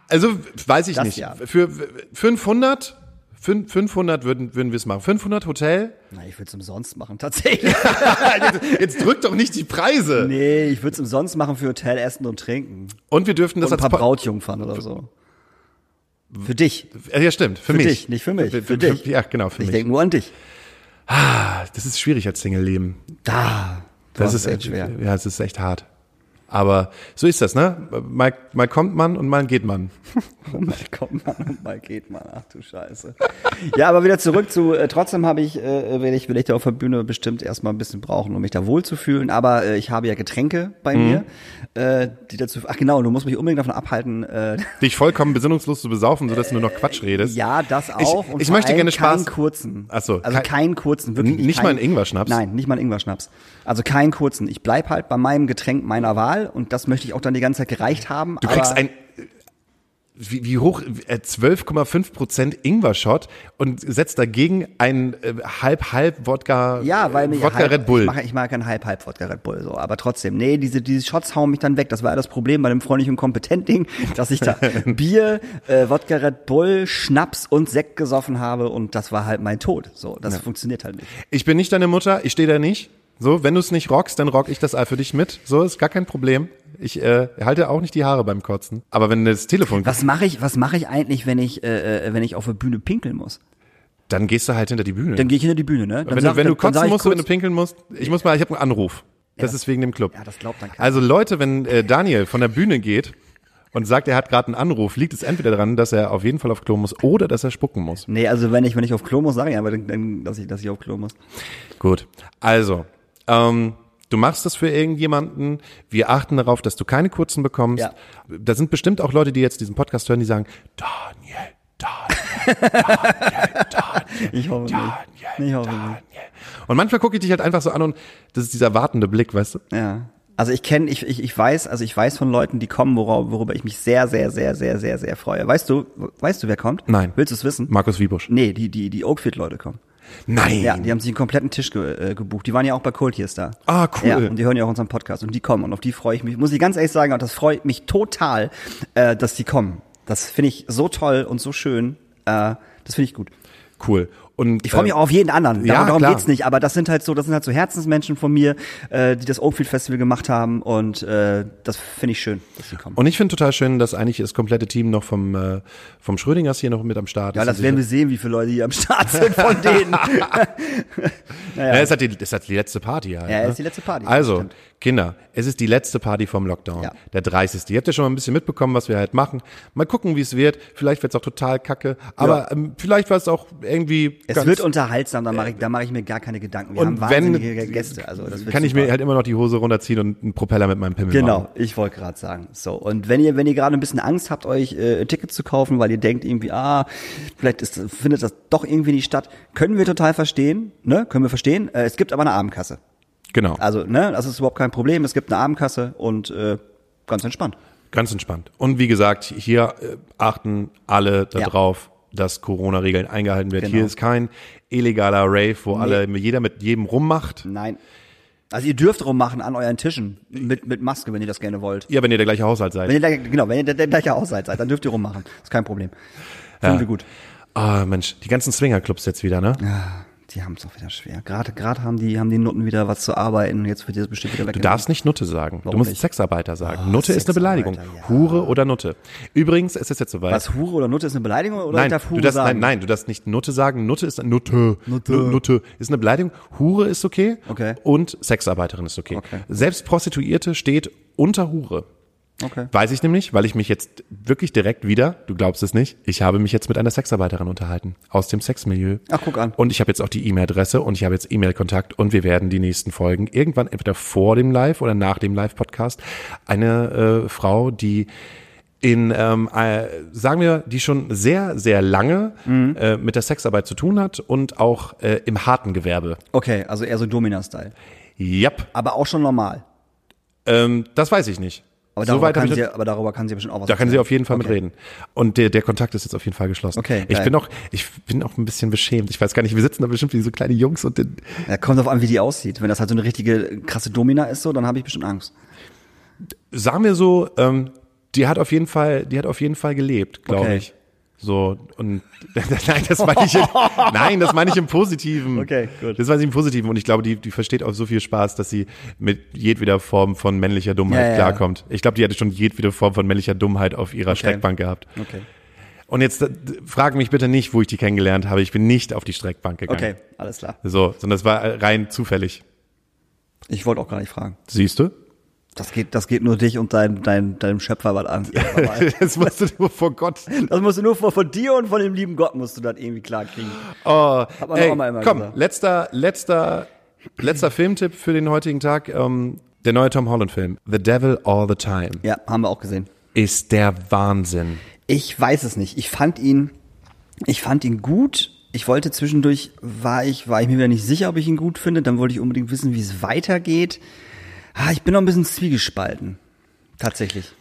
Also weiß ich Das nicht. ja. Für 500 fün- 500 würden, würden wir es machen. 500 Hotel. Na, ich würde es umsonst machen, tatsächlich. Jetzt drückt doch nicht die Preise. nee, ich würde es umsonst machen für Hotel, Essen und Trinken. Und wir dürften das und ein paar als Po- Brautjungfern oder so. Für dich. Für, Ja, stimmt. Für, mich. dich, nicht für mich. Für, dich. Ja, genau, für ich mich. denke nur an dich. Das ist schwierig als Single-Leben. Da. Das Boah, ist echt schwer. Ja, es ist echt hart. Aber so ist das, ne? Mal, mal kommt man und mal geht man. Oh mein Gott, Mann, oh mein geht man, ach du Scheiße. Ja, aber wieder zurück zu, äh, trotzdem habe ich, äh, will ich, will ich da auf der Bühne bestimmt erstmal ein bisschen brauchen, um mich da wohlzufühlen, aber äh, ich habe ja Getränke bei Mhm. mir, äh, die dazu, ach genau, du musst mich unbedingt davon abhalten, äh, Dich vollkommen besinnungslos zu besaufen, sodass du nur noch Quatsch redest. ja, das auch. Ich, und ich vor möchte allem gerne Spaß. Keinen kurzen. Ach so, also kein- keinen kurzen, wirklich. N- nicht kein- mal einen Ingwer-Schnaps? Nein, nicht mal einen Ingwer-Schnaps. Also keinen kurzen. Ich bleib halt bei meinem Getränk meiner Wahl und das möchte ich auch dann die ganze Zeit gereicht haben. Du kriegst ein wie, wie hoch äh, 12,5 Prozent Ingwer-Shot und setzt dagegen einen äh, halb halb Wodka Ja, weil mir Wodka halb- Red Bull. Ich halt- mache ich mag kein halb halb Wodka Red Bull so, aber trotzdem, nee, diese diese Shots hauen mich dann weg. Das war ja das Problem bei dem freundlich und kompetent Ding, dass ich da Bier, äh, Wodka Red Bull, Schnaps und Sekt gesoffen habe und das war halt mein Tod. So, das funktioniert halt nicht. Ich bin nicht deine Mutter, ich stehe da nicht. So, wenn du es nicht rockst, dann rock ich das all für dich mit. So, ist gar kein Problem. Ich äh, halte auch nicht die Haare beim Kotzen. Aber wenn das Telefon Was mache ich? Was mache ich eigentlich, wenn ich äh, äh, wenn ich auf der Bühne pinkeln muss? dann gehst du halt hinter die Bühne. Dann gehe ich hinter die Bühne, ne? Dann wenn, sag- du, wenn du dann- dann sag kotzen ich musst, kurz- wenn du pinkeln musst, ich muss mal, ich habe einen Anruf. Das ist wegen dem Club. Ja, das glaubt dann keiner. Also Leute, wenn äh, Daniel von der Bühne geht und sagt, er hat gerade einen Anruf, liegt es entweder daran, dass er auf jeden Fall auf Klo muss oder dass er spucken muss. Nee, also wenn ich wenn ich auf Klo muss, sage ich aber dann, dann dass ich dass ich auf Klo muss. Gut. Also, ähm, du machst das für irgendjemanden. Wir achten darauf, dass du keine kurzen bekommst. Ja. Da sind bestimmt auch Leute, die jetzt diesen Podcast hören, die sagen, Daniel, Daniel, Ich hoffe nicht. Ich Daniel, hoffe nicht. Daniel. Und manchmal gucke ich dich halt einfach so an und das ist dieser wartende Blick, weißt du? Ja. Also ich kenne, ich, ich, ich weiß, also ich weiß von Leuten, die kommen, worüber, worüber ich mich sehr, sehr, sehr, sehr, sehr, sehr freue. Weißt du, weißt du, wer kommt? Nein. Willst du es wissen? Markus Wiebusch. Nee, die, die, die Oakfield-Leute kommen. Nein. Ja, die haben sich einen kompletten Tisch ge äh, gebucht. Die waren ja auch bei Cold Years da. Ah, cool. Ja, und die hören ja auch unseren Podcast und die kommen und auf die freue ich mich. Muss ich ganz ehrlich sagen, und das freut mich total, äh, dass die kommen. Das finde ich so toll und so schön. Äh, das finde ich gut. Cool. Und ähm, Ich freue mich auch auf jeden anderen. Äh, ja, Darum, darum klar. geht's nicht. Aber das sind halt so, das sind halt so Herzensmenschen von mir, äh, die das Oakfield Festival gemacht haben und äh, das finde ich schön, dass sie kommen. Und ich finde total schön, dass eigentlich das komplette Team noch vom, äh, vom Schrödingers hier noch mit am Start ja, ist. das werden wir sehen, wie viele Leute hier am Start sind von denen. Ja, es hat die, es hat die letzte Party halt. Ja, ne? es ist die letzte Party, Also, stimmt. Kinder, es ist die letzte Party vom Lockdown. Ja. Der 30. Ihr habt ja schon mal ein bisschen mitbekommen, was wir halt machen. Mal gucken, wie es wird. Vielleicht wird's auch total kacke. Aber ähm, vielleicht war es auch irgendwie. es ganz- wird unterhaltsam, da mache ich, da mache ich mir gar keine Gedanken. Wir haben und wenn, wahnsinnige Gäste. Also das wird kann ich super. mir halt immer noch die Hose runterziehen und einen Propeller mit meinem Pimmel machen. Genau, ich wollte gerade sagen. So, und wenn ihr, wenn ihr gerade ein bisschen Angst habt, euch äh, Tickets zu kaufen, weil ihr denkt irgendwie, ah, vielleicht ist, findet das doch irgendwie nicht statt, können wir total verstehen, ne? Können wir verstehen. Äh, es gibt aber eine Abendkasse. Genau. Also, ne, das ist überhaupt kein Problem. Es gibt eine Abendkasse und äh, ganz entspannt. Ganz entspannt. Und wie gesagt, hier äh, achten alle Ja. darauf, dass Corona-Regeln eingehalten werden. Genau. Hier ist kein illegaler Rave, wo alle jeder mit jedem rummacht. Nein. Also ihr dürft rummachen an euren Tischen mit, mit Maske, wenn ihr das gerne wollt. Ja, wenn ihr der gleiche Haushalt seid. Wenn ihr da, genau, wenn ihr der- der gleiche Haushalt seid, dann dürft ihr rummachen. Ist kein Problem. Finden wir gut. Ah, Mensch, die ganzen Swingerclubs jetzt wieder, ne? Ah, Die haben es auch wieder schwer. Gerade gerade haben die haben die Nutten wieder was zu arbeiten und jetzt wird dir das bestimmt wieder weg. Du darfst nicht Nutte sagen. du musst nicht? Ah, Sexarbeiter sagen. Nutte ist eine Sexarbeiter, Beleidigung. ja. Hure oder Nutte. Übrigens, es ist jetzt soweit. Was Hure oder Nutte ist eine Beleidigung oder Nein, ich darf Hure du darfst, sagen? nein, nein, du darfst nicht Nutte sagen. Nutte ist Nutte. Nutte. Nu- Nutte ist eine Beleidigung. Hure ist okay. Okay. Und Sexarbeiterin ist okay. Okay. Selbst Prostituierte steht unter Hure. Okay. Weiß ich nämlich, weil ich mich jetzt wirklich direkt wieder, du glaubst es nicht, ich habe mich jetzt mit einer Sexarbeiterin unterhalten aus dem Sexmilieu. Ach, guck an. Und ich habe jetzt auch die E-Mail-Adresse und ich habe jetzt E-Mail-Kontakt und wir werden die nächsten Folgen irgendwann entweder vor dem Live oder nach dem Live-Podcast eine äh, Frau, die in, ähm, äh, sagen wir, die schon sehr, sehr lange Mhm. äh, mit der Sexarbeit zu tun hat und auch äh, im harten Gewerbe. Okay, also eher so Domina-Style. Yep, Aber auch schon normal. ähm, das weiß ich nicht. Aber darüber, Soweit hab kann ich- sie, aber darüber kann sie bestimmt auch was Da kann sie auf jeden Fall okay. mitreden. Und der, der Kontakt ist jetzt auf jeden Fall geschlossen. Okay, ich geil. bin auch, ich bin auch ein bisschen beschämt. Ich weiß gar nicht, wir sitzen da bestimmt wie so kleine Jungs und den, Ja, kommt auf an, wie die aussieht. Wenn das halt so eine richtige krasse Domina ist, so, dann habe ich bestimmt Angst. sagen wir so, ähm, die hat auf jeden Fall, die hat auf jeden Fall gelebt, glaube Okay. ich. So und nein, das meine ich, in, nein, das meine ich im Positiven. Okay, gut. Das meine ich im Positiven und ich glaube, die, die versteht auch so viel Spaß, dass sie mit jedweder Form von männlicher Dummheit Ja, ja, klarkommt. Ich glaube, die hatte schon jedwede Form von männlicher Dummheit auf ihrer Streckbank gehabt. Okay. Und jetzt äh, frag mich bitte nicht, wo ich die kennengelernt habe. Ich bin nicht auf die Streckbank gegangen. Okay, alles klar. So, sondern das war äh, rein zufällig. Ich wollte auch gar nicht fragen. Siehst du? Das geht, das geht nur dich und dein, dein, deinem Schöpfer was an. Das musst du nur vor Gott. Das musst du nur von, von dir und von dem lieben Gott musst du das irgendwie klar kriegen. Oh, man ey, auch mal immer komm, gesagt. letzter, letzter, letzter Filmtipp für den heutigen Tag. Ähm, der neue Tom Holland-Film, The Devil All the Time, Ja, haben wir auch gesehen. ist der Wahnsinn. Ich weiß es nicht. Ich fand ihn, ich fand ihn gut. Ich wollte zwischendurch, war ich, war ich mir wieder nicht sicher, ob ich ihn gut finde. Dann wollte ich unbedingt wissen, wie es weitergeht. Ah, ich bin noch ein bisschen zwiegespalten. Tatsächlich.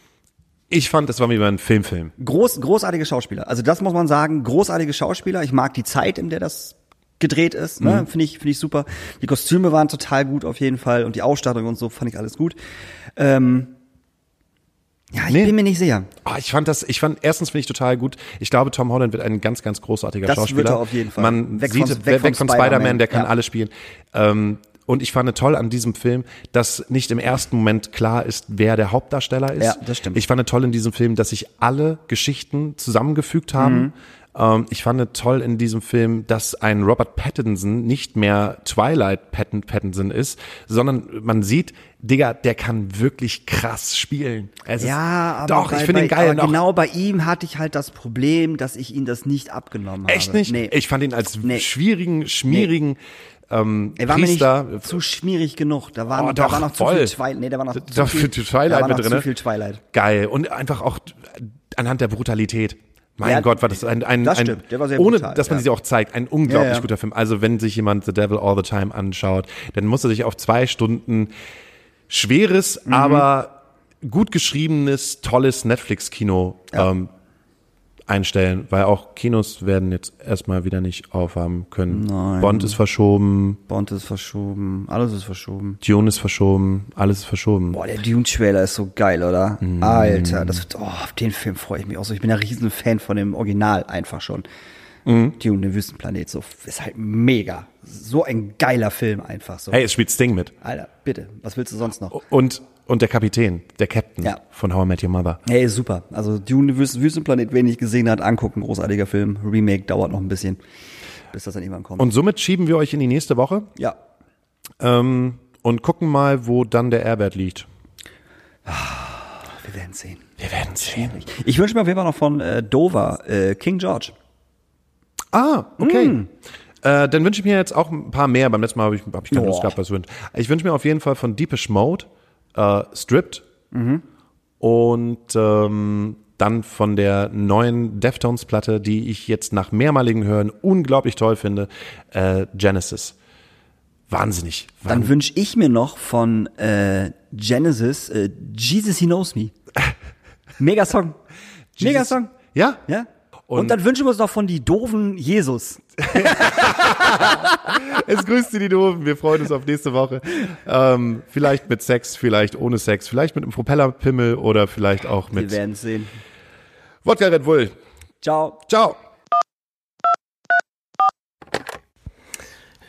Ich fand, das war wie bei einem Filmfilm. Groß, großartige Schauspieler. Also das muss man sagen, großartige Schauspieler. Ich mag die Zeit, in der das gedreht ist. Ne? Finde ich, finde ich super. Die Kostüme waren total gut auf jeden Fall und die Ausstattung und so fand ich alles gut. Ähm, ja, ich Nee. bin mir nicht sicher. Ah, ich fand das, ich fand, erstens finde ich total gut. Ich glaube, Tom Holland wird ein ganz, ganz großartiger Das Schauspieler. wird er auf jeden Fall. Man Weg sieht, vom- weg, weg von Spider-Man, der kann ja. alles spielen. Ähm, und ich fand toll an diesem Film, dass nicht im ersten Moment klar ist, wer der Hauptdarsteller ist. Ja, das stimmt. Ich fand toll in diesem Film, dass sich alle Geschichten zusammengefügt Mhm. haben. Ähm, ich fand toll in diesem Film, dass ein Robert Pattinson nicht mehr Twilight Patten- Pattinson ist, sondern man sieht, Digga, der kann wirklich krass spielen. Es ist- Ja, aber doch, ich bei- finde ihn bei- geil. aber Noch- genau bei ihm hatte ich halt das Problem, dass ich ihn das nicht abgenommen habe. Echt nicht? Nee. Ich fand ihn als Nee. schwierigen, schmierigen ähm, er war mir Priester- nicht zu schmierig genug. Da war, Oh, da doch, war noch zu voll. viel Twilight. Nee, da war noch Da- zu viel, zu Twilight da war mit ne? noch drinne. zu viel Twilight. geil und einfach auch äh, anhand der Brutalität. Mein Ja, Gott, war das ein, ein, das ein stimmt. Der war sehr ohne, brutal, dass man ja. sie auch zeigt, ein unglaublich Ja, ja. guter Film. Also wenn sich jemand The Devil All the Time anschaut, dann muss er sich auf zwei Stunden schweres, Mhm. aber gut geschriebenes, tolles Netflix-Kino ähm, einstellen, weil auch Kinos werden jetzt erstmal wieder nicht aufhaben können. Bond ist verschoben, Bond ist verschoben, alles ist verschoben. Dune ist verschoben, alles ist verschoben. Boah, der Dune-Trailer ist so geil, oder? Mhm. Alter, das wird, oh, auf den Film freue ich mich auch so. Ich bin ja riesen Fan von dem Original einfach schon. Mhm. Dune, der Wüstenplanet, so ist halt mega. So ein geiler Film einfach so. Hey, es spielt Sting mit. Alter, bitte, was willst du sonst noch? Und, und der Kapitän, der Captain Ja. von How I Met Your Mother. Hey, super. Also Dune, der Wüst- Wüstenplanet, wer nicht gesehen hat, angucken, großartiger Film. Remake dauert noch ein bisschen, bis das dann irgendwann kommt. Und somit schieben wir euch in die nächste Woche ja, und gucken mal, wo dann der Airbert liegt. wir werden sehen. Wir werden sehen. Ich wünsche mir auf jeden Fall noch von äh, Dover, äh, King George. Ah, okay. Äh, dann wünsche ich mir jetzt auch ein paar mehr. Beim letzten Mal habe ich, hab ich keine Boah. Lust gehabt, was zu wünschen. Ich wünsche mir auf jeden Fall von Deepish Mode äh, Stripped Mhm. und ähm, dann von der neuen Deftones-Platte, die ich jetzt nach mehrmaligem Hören unglaublich toll finde, äh, Genesis. Wahnsinnig. Dann wünsche ich mir noch von äh, Genesis äh, Jesus He Knows Me. Mega Song. Mega Jesus- Song. Ja? Ja. Und, Und- dann wünschen wir uns noch von die doofen Jesus. Es grüßt Sie die Doofen. Wir freuen uns auf nächste Woche. Ähm, vielleicht mit Sex, vielleicht ohne Sex, vielleicht mit einem Propellerpimmel oder vielleicht auch Wir mit werden sehen. Wodka Red Bull. Ciao. Ciao.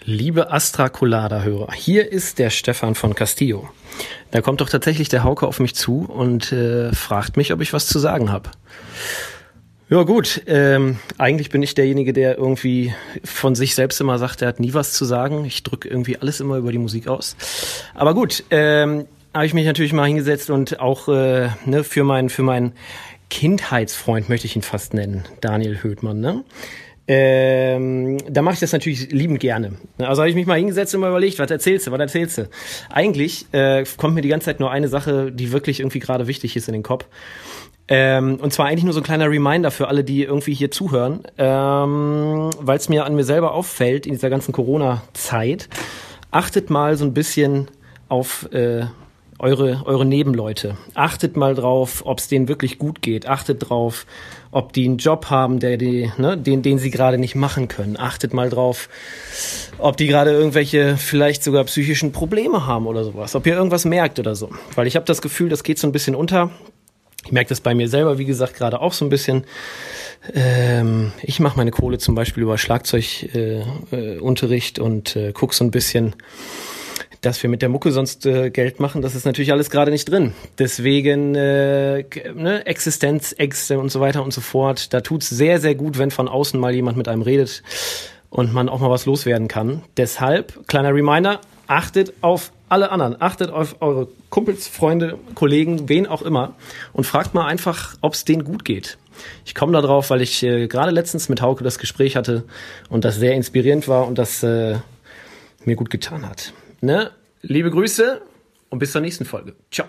Liebe Astrakulada-Hörer, hier ist der Stefan von Castillo. Da kommt doch tatsächlich der Hauke auf mich zu und äh, fragt mich, ob ich was zu sagen habe. Ja gut, ähm, eigentlich bin ich derjenige, der irgendwie von sich selbst immer sagt, er hat nie was zu sagen. Ich drücke irgendwie alles immer über die Musik aus. Aber gut, ähm, habe ich mich natürlich mal hingesetzt und auch äh, ne, für meinen für meinen Kindheitsfreund möchte ich ihn fast nennen, Daniel Höhtmann. Ne? Ähm, da mache ich das natürlich liebend gerne. Also habe ich mich mal hingesetzt und mal überlegt, was erzählst du, was erzählst du? Eigentlich äh, kommt mir die ganze Zeit nur eine Sache, die wirklich irgendwie gerade wichtig ist in den Kopf. Ähm, und zwar eigentlich nur so ein kleiner Reminder für alle, die irgendwie hier zuhören, ähm, weil es mir an mir selber auffällt in dieser ganzen Corona-Zeit. Achtet mal so ein bisschen auf, äh, eure, eure Nebenleute. Achtet mal drauf, ob es denen wirklich gut geht. Achtet drauf, ob die einen Job haben, der die, ne, den, den sie gerade nicht machen können. Achtet mal drauf, ob die gerade irgendwelche vielleicht sogar psychischen Probleme haben oder sowas. Ob ihr irgendwas merkt oder so. Weil ich habe das Gefühl, das geht so ein bisschen unter. Ich merke das bei mir selber, wie gesagt, gerade auch so ein bisschen. Ähm, ich mache meine Kohle zum Beispiel über Schlagzeugunterricht äh, äh, Unterricht und äh, guck so ein bisschen, dass wir mit der Mucke sonst äh, Geld machen. Das ist natürlich alles gerade nicht drin. Deswegen äh, k- ne, Existenz, Ängste und so weiter und so fort. Da tut's sehr, sehr gut, wenn von außen mal jemand mit einem redet und man auch mal was loswerden kann. Deshalb, kleiner Reminder, achtet auf alle anderen, achtet auf eure Kumpels, Freunde, Kollegen, wen auch immer und fragt mal einfach, ob's denen gut geht. Ich komme da drauf, weil ich äh, gerade letztens mit Hauke das Gespräch hatte und das sehr inspirierend war und das äh, mir gut getan hat. Ne? Liebe Grüße und bis zur nächsten Folge. Ciao.